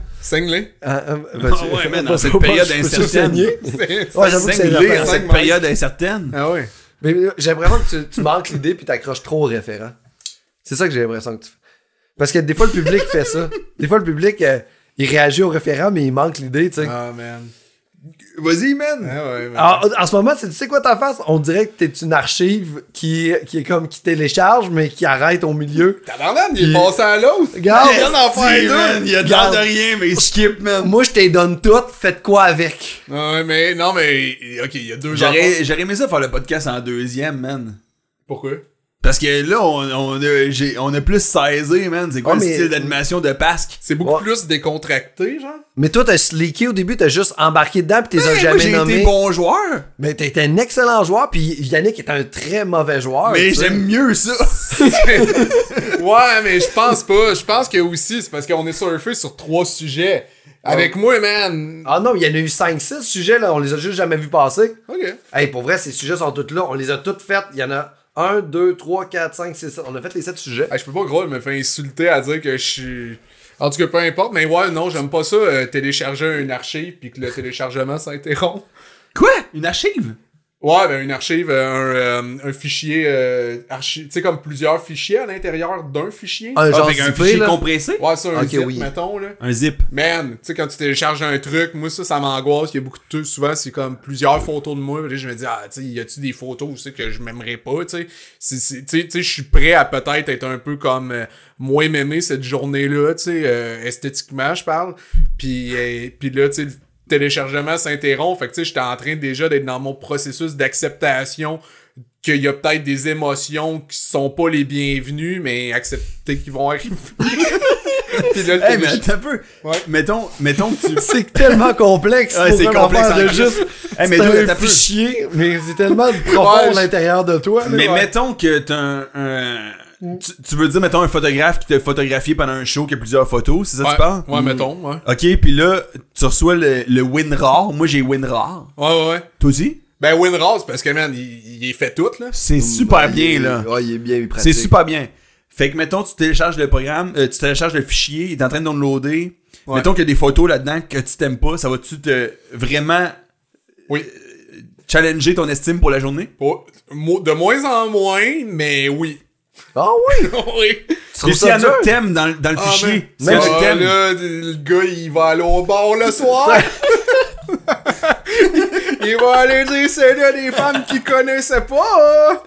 Cinglé. Hein, hein, Ah ouais, man, dans cette période Je peux te incertaine. saigner. C'est- Ouais, j'avoue que c'est Cinglé en la- cette Cinq, période incertaine. Ah ouais. Mais euh, j'ai l'impression que tu, tu manques l'idée puis t'accroches trop au référent. C'est ça que j'ai l'impression que tu fais. Parce que des fois, le public fait ça. Des fois, le public, euh, il réagit au référent, mais il manque l'idée, tu sais. Ah, man. Vas-y, man. Ah ouais, man. Alors, en ce moment, c'est- tu sais quoi ta face? On dirait que t'es une archive qui, qui est comme qui télécharge, mais qui arrête au milieu. Tabarnak, il Puis- est passé à l'autre. Regarde. Il vient d'en Hey, faire man, deux. Il y a de l'air de rien, mais il skip, man. Moi, je t'ai donne toutes, faites quoi avec? Ah Ouais, mais non, mais ok, il y a deux enfants. J'aurais j'aurais aimé ça faire le podcast en deuxième, man. Pourquoi Parce que là, on, on, a, j'ai- on a plus saisi, man. C'est quoi Ouais, le mais- style d'animation de Pasque? C'est beaucoup Ouais. plus décontracté, genre. Mais toi, t'as slické au début, t'as juste embarqué dedans puis t'es Hey, moi, jamais j'ai nommé. été bon joueur, Mais t'es un excellent joueur puis Yannick est un très mauvais joueur. mais tu sais. j'aime mieux ça. ouais, mais je pense pas. Je pense que aussi, c'est parce qu'on est surfé sur trois sujets. Avec moi, man. Ah non, il y en a eu 5-6 sujets, là, on les a juste jamais vus passer. Ok. Hey, pour vrai, ces sujets sont tous là, on les a tous faites. Il y en a 1, 2, 3, 4, 5, 6, 7. On a fait les 7 sujets. Ah, je peux pas, gros, il me fait insulter à dire que je suis. En tout cas, peu importe, mais ouais, non, j'aime pas ça, euh, télécharger une archive puis que le téléchargement s'interrompt. quoi? Une archive? Ouais, ben une archive, euh, un, euh, un fichier, euh, archi- tu sais, comme plusieurs fichiers à l'intérieur d'un fichier. Un Ah, genre fait qu'un zippé, fichier là. compressé? Ouais, ça, un Ok, zip, oui. mettons, là. Un zip. Man, tu sais, quand tu télécharges un truc, moi, ça, ça m'angoisse. Il y a beaucoup de trucs. Souvent, c'est comme plusieurs photos de moi. Puis là, je me dis, ah, tu sais, y a-tu des photos aussi que je m'aimerais pas, tu sais? C'est- c'est- Tu sais, tu sais, je suis prêt à peut-être être un peu comme euh, moi m'aimer cette journée-là, tu sais, euh, esthétiquement, je parle. Puis, euh, puis là, tu sais, le téléchargement s'interrompt. Fait que, tu sais, j'étais en train déjà d'être dans mon processus d'acceptation qu'il y a peut-être des émotions qui sont pas les bienvenues, mais accepter qu'ils vont arriver. puis là, le Hey, mais téléchargement- attends un peu. Ouais. Mettons, mettons que tu. C'est tellement complexe. Ouais, pour c'est un complexe affaire de en crise. juste. Hey, mais c'est toi, un t'as peu. fichier, mais c'est tellement profond Ouais, à je- l'intérieur de toi. là. Mais Ouais. mettons que t'as un. un- Tu, tu veux dire, mettons, un photographe qui t'a photographié pendant un show qui a plusieurs photos, c'est ça Hmm. que tu parles? Ouais, ouais, mettons, ouais. Ok, puis là, tu reçois le, le win rare. Moi, j'ai win rare. Ouais, ouais, ouais. Toi aussi? Ben, Winrose, parce que, man, il, il est fait tout, là. C'est super bien, là. Mm, Ouais, il est bien, il pratique. C'est super bien. Fait que, mettons, tu télécharges le programme, euh, tu télécharges le fichier, il est en train de downloader. Ouais. Mettons qu'il y a des photos là-dedans que tu t'aimes pas, ça va-tu te vraiment euh, Oui. challenger ton estime pour la journée? Pour- mo- de moins en moins, mais oui. Ah oui! oui. Tu Puis trouves s'il y ça en a dur? que t'aimes dans, le- dans le Ah, fichier, mais- s'il y en a Ah, que t'aimes, là, le gars, il va aller au bar le soir. il va aller dire c'est là des femmes qu'il connaissait pas.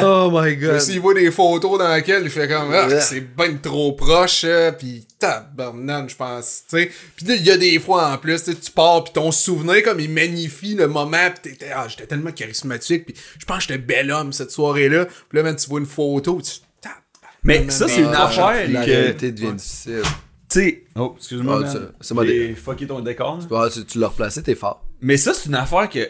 Oh my god. S'il voit des photos dans lesquelles il fait comme ah, Ouais. c'est ben trop proche, euh, pis tabarnan, je pense, tu sais. Pis là, il y a des fois en plus, tu sais, tu pars pis ton souvenir comme il magnifie le moment pis t'étais, ah, j'étais tellement charismatique pis je pense que j'étais bel homme cette soirée-là. Pis là, man, tu vois une photo, tu tabarnan, Mais ça, c'est une man. Ah, affaire La que- réalité devient difficile. tu sais. Oh, excuse-moi. Ah, man. c'est- c'est moi J'ai des- fucké ton décor. Ah, tu, tu l'as replacé, t'es fort. Mais ça, c'est une affaire que.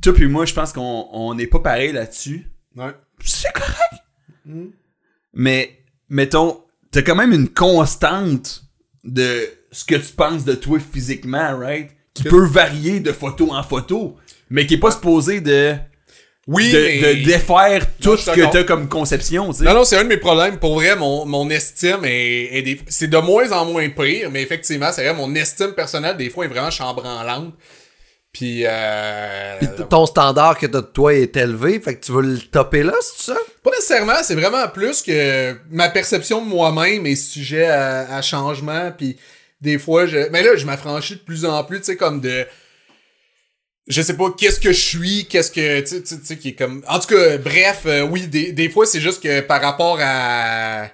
Toi puis moi, je pense qu'on on n'est pas pareil là-dessus. Ouais. C'est correct. Mais, mettons, t'as quand même une constante de ce que tu penses de toi physiquement, right? Qui peut varier de photo en photo, mais qui est pas supposé de, Oui, de, mais- de défaire tout je suis ce que d'accord. t'as comme conception, tu sais. Non, non, c'est un de mes problèmes. Pour vrai, mon, mon estime est, est des- c'est de moins en moins pire, mais effectivement, c'est vrai, mon estime personnelle, des fois, est vraiment chambranlante. Puis, euh, Puis t- ton standard que t'as de toi est élevé, fait que tu veux le topper là, c'est ça? pas nécessairement, c'est vraiment plus que ma perception de moi-même est sujet à, à changement. Puis, des fois, je, mais là, je m'affranchis de plus en plus, tu sais, comme de, je sais pas qu'est-ce que je suis, qu'est-ce que tu sais, tu sais, tu sais, qui est comme en tout cas bref, euh, oui, des, des fois c'est juste que par rapport à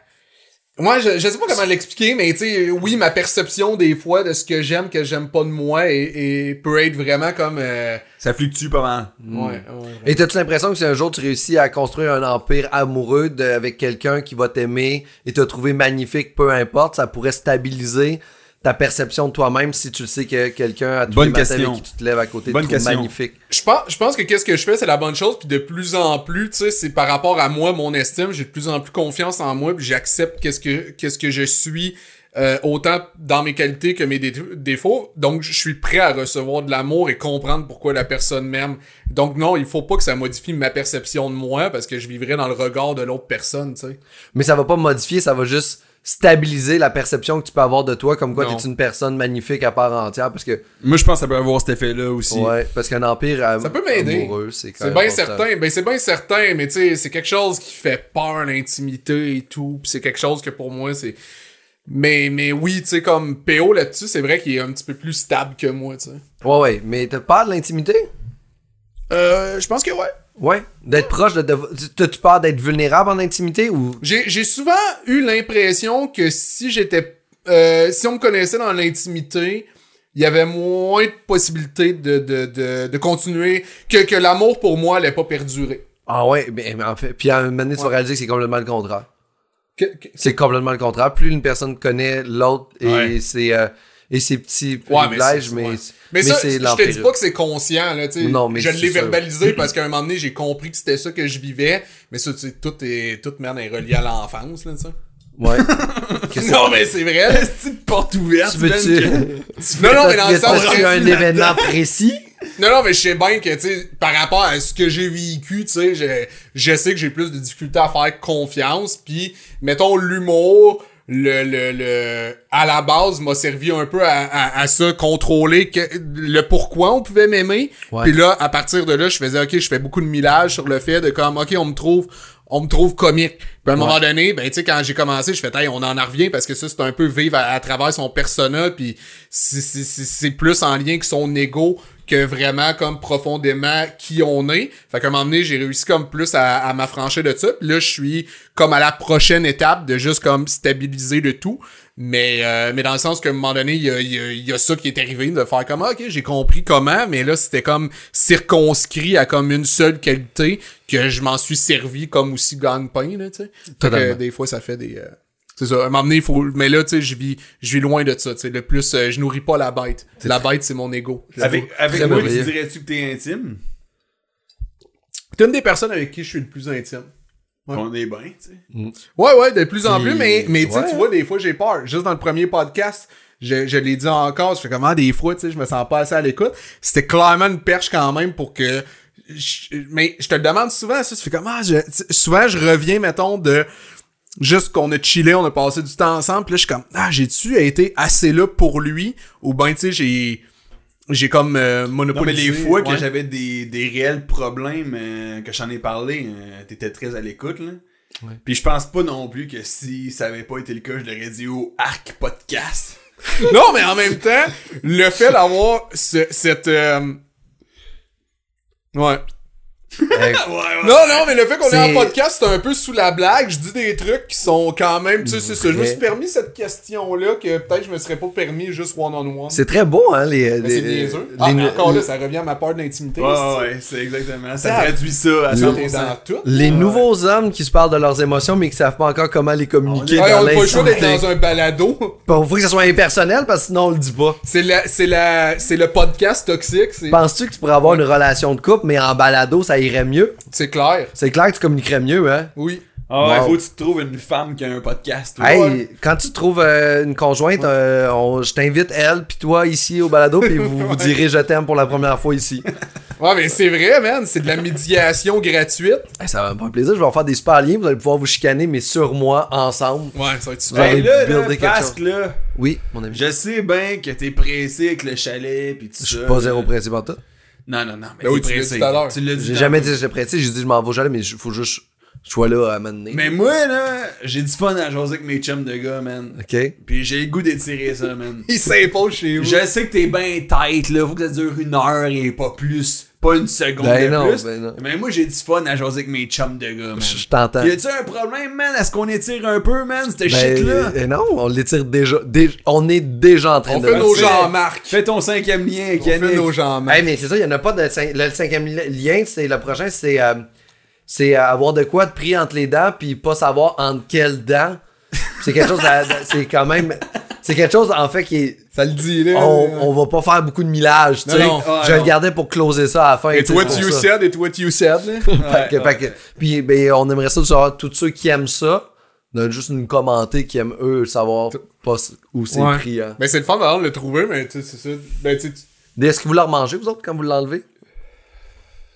moi, je, je sais pas comment l'expliquer, mais tu sais, oui, ma perception des fois de ce que j'aime, que j'aime pas de moi, et, et peut être vraiment comme. euh, Ça fluctue pas mal. ouais, ouais. Et t'as-tu l'impression que si un jour tu réussis à construire un empire amoureux de- avec quelqu'un qui va t'aimer et te trouver magnifique, peu importe, ça pourrait stabiliser ta perception de toi-même si tu sais que quelqu'un a tous Bonne les matins question. avec qui tu te lèves à côté Bonne te trouve question. magnifique. Je pense, je pense que qu'est-ce que je fais, c'est la bonne chose, puis de plus en plus, tu sais, c'est par rapport à moi, mon estime, j'ai de plus en plus confiance en moi, puis j'accepte qu'est-ce que qu'est-ce que je suis, euh, autant dans mes qualités que mes dé- défauts. Donc, je suis prêt à recevoir de l'amour et comprendre pourquoi la personne m'aime. Donc, non, il faut pas que ça modifie ma perception de moi, parce que je vivrai dans le regard de l'autre personne, tu sais. Mais ça va pas modifier, ça va juste stabiliser la perception que tu peux avoir de toi comme quoi Non. t'es une personne magnifique à part entière parce que Moi, je pense que ça peut avoir cet effet-là aussi. ouais parce qu'un empire am- Ça peut m'aider. amoureux c'est quand C'est même bien important. certain, ben c'est bien certain, mais tu sais, c'est quelque chose qui fait peur, l'intimité et tout, pis c'est quelque chose que pour moi, c'est... Mais, mais oui, tu sais, comme PO là-dessus, c'est vrai qu'il est un petit peu plus stable que moi, tu sais. ouais ouais mais t'as peur de l'intimité Euh, je pense que ouais. ouais d'être proche de, de- t'as-tu peur d'être vulnérable en intimité ou J'ai j'ai souvent eu l'impression que si j'étais... euh, si on me connaissait dans l'intimité, il y avait moins de possibilités de, de, de, de continuer, que, que l'amour pour moi allait pas perdurer. ah ouais mais, mais en fait puis à un moment donné, tu vas réaliser que c'est complètement le contraire Que- que- c'est complètement le contraire plus une personne connaît l'autre et Ouais. ses euh, et ses petits Ouais, mais privilèges c'est- mais ouais. Mais, ça, je te dis l'empire. pas que c'est conscient, là, tu sais. Non, mais Je c'est l'ai ça. verbalisé parce qu'à un moment donné, j'ai compris que c'était ça que je vivais. Mais ça, tu sais, tout est, toute merde est reliée à l'enfance, là, ça. ouais Non, mais c'est vrai. là. Petite porte ouverte. tu Ben, veux-tu que- non, non, mais dans le sens tu que- un événement précis Non, non, mais je sais bien que, tu sais, par rapport à ce que j'ai vécu, tu sais, je, je sais que j'ai plus de difficultés à faire confiance. Puis, mettons, l'humour, le, le, le, à la base, m'a servi un peu à, à, à ça, contrôler que, le pourquoi on pouvait m'aimer. Ouais. Puis là, à partir de là, je faisais, OK, je fais beaucoup de millage sur le fait de comme, OK, on me trouve, on me trouve comique. Puis à un moment donné, ben, tu sais, quand j'ai commencé, je fais, hey, on en revient parce que ça, c'est un peu vivre à, à travers son persona. Puis c'est- c'est c'est- c'est plus en lien que son ego que vraiment comme profondément qui on est. Fait qu'à un moment donné, j'ai réussi comme plus à, à m'affranchir de ça. Puis là, je suis comme à la prochaine étape de juste comme stabiliser le tout. Mais, euh, mais dans le sens qu'à un moment donné, il y a, il y a- il y a ça qui est arrivé, de faire comme, Ah, ok, j'ai compris comment, mais là, c'était comme circonscrit à comme une seule qualité que je m'en suis servi comme aussi gagne-pain, là, tu sais. Fait que Totalement. des fois, ça fait des... euh, c'est ça, à un moment donné, il faut... Mais là, tu sais, je vis, je vis loin de ça, tu sais. Le plus, euh, je nourris pas la bête. La bête, c'est mon ego. Je Avec, avec Très moi, tu merveilleux. dirais-tu que t'es intime? T'es une des personnes avec qui je suis le plus intime. Ouais. On est bien, tu sais. Ouais, ouais, de plus en plus, mais, mais tu sais, Ouais. tu vois, des fois, j'ai peur. Juste dans le premier podcast, je, je l'ai dit encore, je fais comment, des fois, tu sais, je me sens pas assez à l'écoute. C'était clairement une perche quand même pour que... je- mais je te le demande souvent, ça, tu fais comment... Je, tu- souvent, je reviens, mettons, de... Juste qu'on a chillé, on a passé du temps ensemble, puis là, je suis comme, ah, j'ai-tu été assez là pour lui? Ou ben, tu sais, j'ai... J'ai comme euh, Non, mais monopolisé... les fois que ouais. j'avais des, des réels problèmes, euh, que j'en ai parlé, euh, t'étais très à l'écoute, là. Puis je pense pas non plus que si ça avait pas été le cas, je l'aurais dit au Arc Podcast. Non, mais en même temps, le fait d'avoir ce- cette... euh, Ouais. Euh, Non, non, mais le fait qu'on est... en C'est- podcast, c'est un peu sous la blague. Je dis des trucs qui sont quand même. Tu sais, c'est ça. Je me Vrai. suis permis cette question-là que peut-être je me serais pas permis juste one-on-one. c'est très beau, hein, les. Mais c'est les- niaiseux. les- Ah, mais encore là, ça revient à ma peur d'intimité. Ouais, c'est- ouais, ouais, c'est exactement. Ça Ça- traduit ça à ça, t'es 100%. dans tout. les nouveaux hommes qui se parlent de leurs émotions mais qui savent pas encore comment les communiquer. Ouais, dans on a Ah, pas le choix d'être l'intimité. dans un balado. Bon, faut que ça soit impersonnel parce que sinon on le dit pas. C'est la, c'est la, c'est le podcast toxique. C'est, Penses-tu que tu pourrais avoir une relation de couple mais en balado ça irait mieux? c'est clair. C'est clair que tu communiquerais mieux, hein? Oui. Ah ouais, Wow. faut que tu te trouves une femme qui a un podcast. toi. Hey, Ouais. quand tu trouves euh, une conjointe, euh, on- je t'invite elle puis toi ici au balado puis vous vous direz je t'aime pour la première fois ici. Ouais, mais c'est vrai, man. C'est de la médiation gratuite. Hey, ça va me faire plaisir, je vais en faire des super liens, vous allez pouvoir vous chicaner mais sur moi ensemble. Ouais, ça va être super. Hey, Ouais, Ben là, builder là, quelque Basque, chose. là, Oui, mon ami. je sais bien que t'es pressé avec le chalet pis tout ça. Je suis pas zéro pressé par toi. Non, non, non, mais Ben oui, t'es tu l'as pressé. dit tout à l'heure. Tu l'as dit J'ai dans- jamais dit que j'étais pressé, j'ai dit je m'en vais jamais mais il faut juste que je sois là à m'amener. Mais moi, là, j'ai du fun à jaser avec mes chums de gars, man. OK. Pis j'ai le goût d'étirer ça, man. Il s'impose chez vous. Je sais que t'es ben tight, là. Faut que ça dure une heure et pas plus. Pas une seconde Ben de non, plus. ben non. Mais moi, j'ai du fun à jaser avec mes chums de gars, man. Je je t'entends. Y a-tu un problème, man? Est-ce qu'on étire un peu, man, Ben, cette shit-là? euh, non, on l'étire déjà, dé- On est déjà en train On de fait le nos faire. gens marques. Fais ton cinquième lien, On fait Yannick. nos gens marques. Hey, mais c'est ça, il n'y en a pas de. cin- Le cinquième li- lien, c'est le prochain, c'est. euh, c'est euh, avoir de quoi de pris entre les dents, puis pas savoir entre quelles dents. C'est quelque chose. à- c'est quand même. C'est quelque chose, en fait, qui est. Ça le dit, là. On, on va pas faire beaucoup de millage, tu Non, sais. non. Ah, Je non. le gardais pour closer ça à la fin. Et tu sais, what c'est you pour ça. said, et what you said, là. Fait que- Ouais, fait que- puis ben, on aimerait ça de savoir tous ceux qui aiment ça, de juste nous commenter qui aiment eux savoir pas s- où c'est Ouais. pris. hein. Ben, c'est le fun d'avoir le trouver, mais tu sais, c'est ça. Ben, tu sais, tu- Est-ce que vous leur mangez, vous autres, quand vous l'enlevez?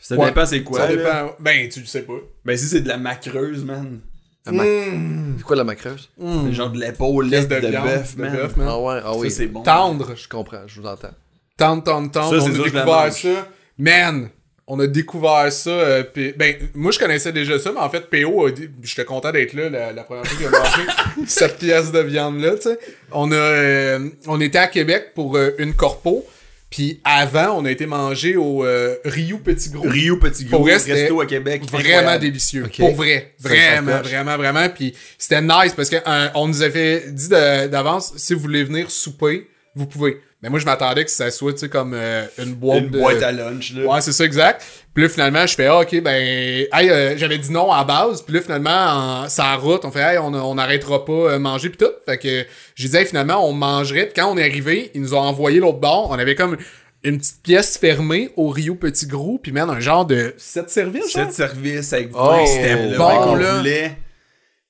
Ça Ouais. dépend c'est quoi, ça là. dépend. Ben, tu le sais pas. Ben si c'est de la macreuse, man. C'est quoi la macreuse? Genre de l'épaule, Pièce l'est Hmm. de, de, viande, bœuf, de man. bœuf, man. Ah ouais, ah Ça, oui. c'est bon. Tendre. Je comprends, je vous entends. Tendre, tendre, tendre. Ça, on c'est a sûr que je la découvert mange. ça. Man! On a découvert ça, euh, puis- ben, moi, je connaissais déjà ça, mais en fait, PO a dit, j'étais content d'être là, la, la première fois qu'il a mangé cette pièce de viande-là, tu sais. On a, euh, on était à Québec pour euh, une corpo, puis avant, on a été manger au euh, Rio Petit Gros. Rio Petit Gros, Pour vrai, c'était resto à Québec. vraiment incroyable. délicieux. Ok. Pour vrai. Ça, Vraiment, ça coche. vraiment, vraiment. Puis c'était nice parce que euh, on nous avait dit de- d'avance, si vous voulez venir souper, vous pouvez. Mais moi, je m'attendais que ça soit, tu sais, comme euh, une boîte Une de... boîte à lunch, là. Ouais, c'est ça, exact. Puis là, finalement, je fais, ah, OK, ben, hey, euh, j'avais dit non à la base. Puis là, finalement, en, ça route, on fait, hey, on on n'arrêtera pas euh, manger, puis tout. Fait que j'ai dit, Hey, finalement, on mangerait. Puis quand on est arrivé, ils nous ont envoyé l'autre bord. On avait comme une petite pièce fermée au Rio Petit Gros, puis même un genre de... Sept services, hein? genre? Sept services avec Oh, vingt stems, là, bon, vingt qu'on là. voulait.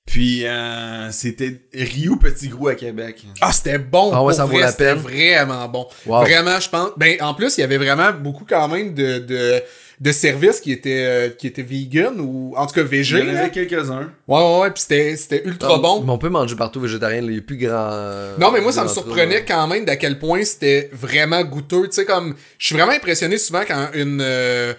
Puis euh, c'était Rio Petit Gros à Québec. Ah, c'était bon. Ah ouais, pour ça vaut vrai, la c'était peine. vraiment bon. Wow. Vraiment, je pense. Ben, en plus, il y avait vraiment beaucoup quand même de, de, de services qui étaient, euh, qui étaient vegan ou en tout cas végé. J'en avais là. quelques-uns. Ouais, ouais, ouais. Puis c'était, c'était ultra bon. Mais on peut manger partout végétarien, là, il n'y a plus euh, grand. Euh, Non, mais moi, ça me grand surprenait truc, quand même d'à quel point c'était vraiment goûteux. Tu sais, comme, je suis vraiment impressionné souvent quand une. euh,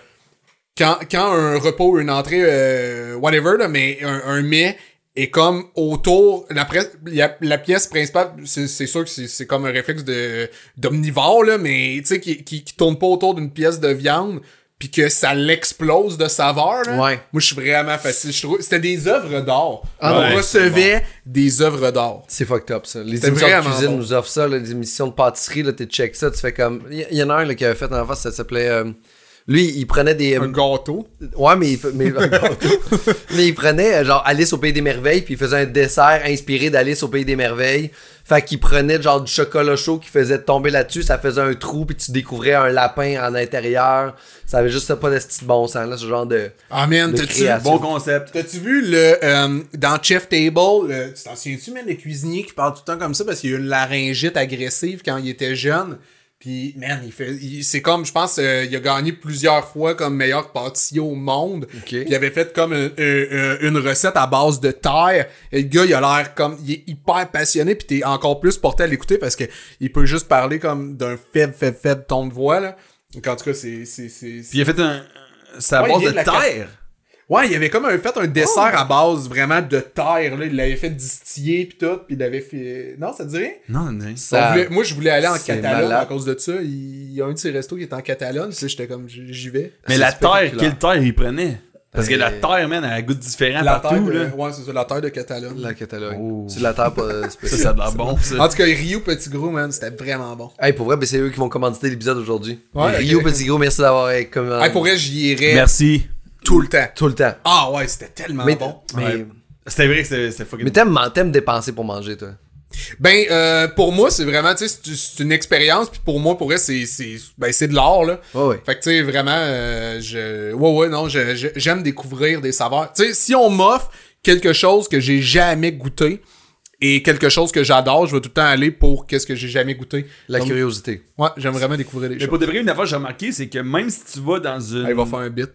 quand, quand un repas ou une entrée, euh, whatever, là, mais un, un mets est comme autour. La, pres- la, la pièce principale, c'est c'est sûr que c'est c'est comme un réflexe de- d'omnivore, là, mais tu sais, qui, qui, qui tourne pas autour d'une pièce de viande. Puis que ça l'explose de saveur. Là. Ouais. Moi, je suis vraiment facile. Je trouve- C'était des œuvres d'art. Ah On ouais, recevait des œuvres d'art. C'est fucked up, ça. Les C'était émissions de vraiment cuisine bon. nous offrent ça, là, les émissions de pâtisserie, là, tu check ça, tu fais comme. Il y, il y en a un là, qui avait fait en face, ça s'appelait. euh, Lui, il prenait des. euh, Un gâteau. Ouais, mais il, fa- mais, mais il prenait euh, genre Alice au Pays des Merveilles, puis il faisait un dessert inspiré d'Alice au Pays des Merveilles. Fait qu'il prenait genre du chocolat chaud qui faisait tomber là-dessus, ça faisait un trou, puis tu découvrais un lapin en intérieur. Ça avait juste pas de petit bon sens, là, ce genre de. Ah, man, De t'as-tu création. Bon concept. T'as-tu vu le euh, dans Chef Table, le- tu t'en souviens-tu, man, le cuisinier qui parle tout le temps comme ça parce qu'il a eu une laryngite agressive quand il était jeune. Puis, man, il fait, il- c'est comme, je pense, euh, il a gagné plusieurs fois comme meilleur pâtissier au monde. Puis il avait fait comme une, euh, euh, une recette à base de terre. Et le gars, il a l'air comme, il est hyper passionné. Puis t'es encore plus porté à l'écouter parce que il peut juste parler comme d'un faible, faible, faible ton de voix là. Donc en tout cas, c'est, c'est, c'est, c'est- Puis il a fait un. C'est à Ouais, base il vient de, de la terre. Ouais, il avait comme un, fait un dessert à base vraiment de terre, là. Il l'avait fait distiller pis tout, pis il l'avait fait. Non, ça te dit rien? Non, non. On Ça, voulait- Moi, je voulais aller en c'est Catalogne malade. à cause de ça. Il il y a un de ses restos qui est en Catalogne, tu sais, j'étais comme, j- j'y vais. Mais C'est la terre, spectaculaire. quelle terre il prenait Parce que Euh, la terre, man, elle a goûte différent Ben, La terre, partout, de- là. ouais, c'est ça, la terre de Catalogne. la Catalogne. C'est de la terre pas Oh. Ça, spéciale. ça a de l'air bon, ça. En tout cas, Rio Petit Gros, man, c'était vraiment bon. Hey, pour vrai, ben, c'est eux qui vont commanditer l'épisode aujourd'hui. Ouais, Rio ok. Petit Gros, merci d'avoir été commandé. Hey, pour vrai, j'y irais Merci. tout le temps. Ah. Tout le temps. Ah ouais, c'était tellement Mais, bon. mais, Ouais. C'était vrai que c'était c'était fucking. mais t'aimes, t'aimes dépenser pour manger, toi. Ben, euh, pour moi, c'est vraiment, tu sais, c'est- c'est une expérience, puis pour moi, pour vrai, c'est, c'est, ben, c'est de l'art, là. Ouais, ouais. Fait que, tu sais, vraiment, euh, je... Ouais, ouais, non, je- je- j'aime découvrir des saveurs. Tu sais, si on m'offre quelque chose que j'ai jamais goûté et quelque chose que j'adore, je vais tout le temps aller pour qu'est-ce que j'ai jamais goûté. La Donc, curiosité. Ouais, j'aime vraiment découvrir les Mais choses. pour de vrai, une affaire que j'ai remarqué, c'est que même si tu vas dans une. Ah, il va faire un bit.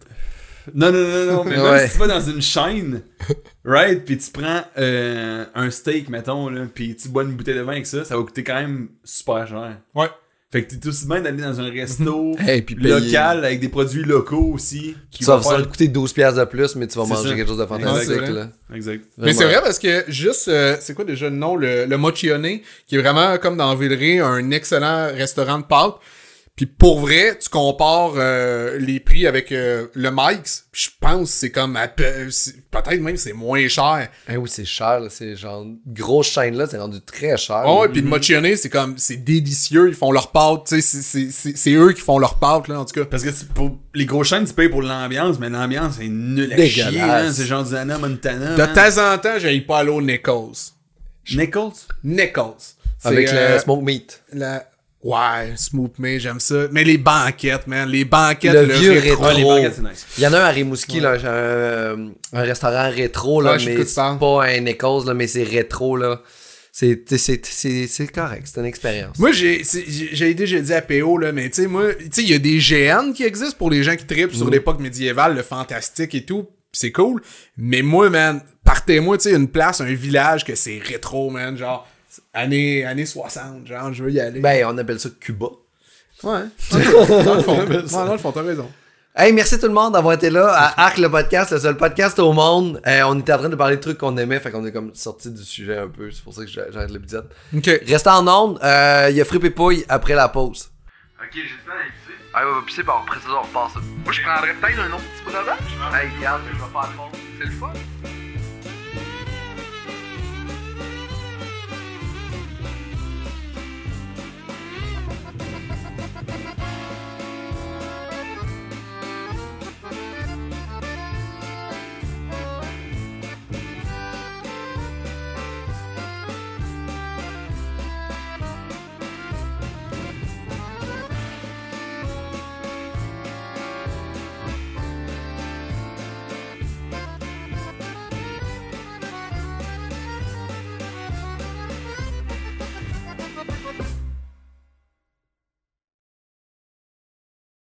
Non, non, non, non, mais Ouais. même si tu vas dans une chaîne, right, puis tu prends euh, un steak, mettons, là, puis tu bois une bouteille de vin avec ça, ça va coûter quand même super cher. Ouais. Fait que t'es aussi bien d'aller dans un resto Mhm. Hey, puis payer. local avec des produits locaux aussi. Qui Ça vont va ça va te faire... coûter 12 piastres de plus, mais tu vas C'est manger ça. quelque chose de Ouais, fantastique. c'est vrai. là. Exact. Mais c'est Vraiment. vrai parce que juste, euh, c'est quoi déjà le nom, le, le Mochione, qui est vraiment comme dans Villeray, un excellent restaurant de pâtes. Puis pour vrai, tu compares euh, les prix avec euh, le Mike's, puis je pense que c'est comme à peu- c'est- peut-être même c'est moins cher. Hey, Eh oui, c'est cher, là. C'est genre, grosse chaîne là, c'est rendu très cher. Ah ouais, puis le Mochione, c'est comme c'est délicieux, ils font leurs pâtes, tu sais, c'est- c'est- c'est c'est eux qui font leurs pâtes là en tout cas. Parce que c'est pour les grosses chaînes, tu payes pour l'ambiance, mais l'ambiance est nulle à Dégueulasse. chier. hein. C'est genre du Anna Montana. De man. temps en temps, j'aille pas aller au Nichols. Nichols? Nichols. C'est, Avec le euh, smoke meat. La... Ouais, Smooth Me, j'aime ça. Mais les banquettes, man. Les banquettes, Le le, vieux rétro. rétro. Ouais, les Trop. banquettes, c'est nice. Il y en a un à Rimouski, là, un, euh, un restaurant rétro, là, Ouais, je sais de mais quoi tu c'est parles. pas un Écosse, là, mais c'est rétro, là. C'est, c'est, c'est, c'est correct, c'est une expérience. Moi, j'ai c'est- j'ai- j'ai déjà dit à PO, là, mais tu sais, moi, tu sais, il y a des GN qui existent pour les gens qui tripent Mm. sur l'époque médiévale, le fantastique et tout. pis C'est cool. Mais moi, man, partez-moi, tu sais, une place, un village que c'est rétro, man. Genre, années, années 60, genre, je veux y aller. Ben, on appelle ça Cuba. ouais. Dans le fond, dans le fond, t'as raison. Hey, merci tout le monde d'avoir été là à Arc le podcast, le seul podcast au monde. Euh, on était en train de parler de trucs qu'on aimait, fait qu'on est comme sorti du sujet un peu. C'est pour ça que j'a- j'arrête l'épisode. Ok. Restez en onde, euh, il y a Frippe et Pouille après la pause. Ok, j'ai le temps à écouter. Ah ouais, on va pisser, par après ça, on repasse. Moi, je prendrais peut-être un autre petit bout d'avant. Hey, regarde, je vais pas le fond. C'est le fun.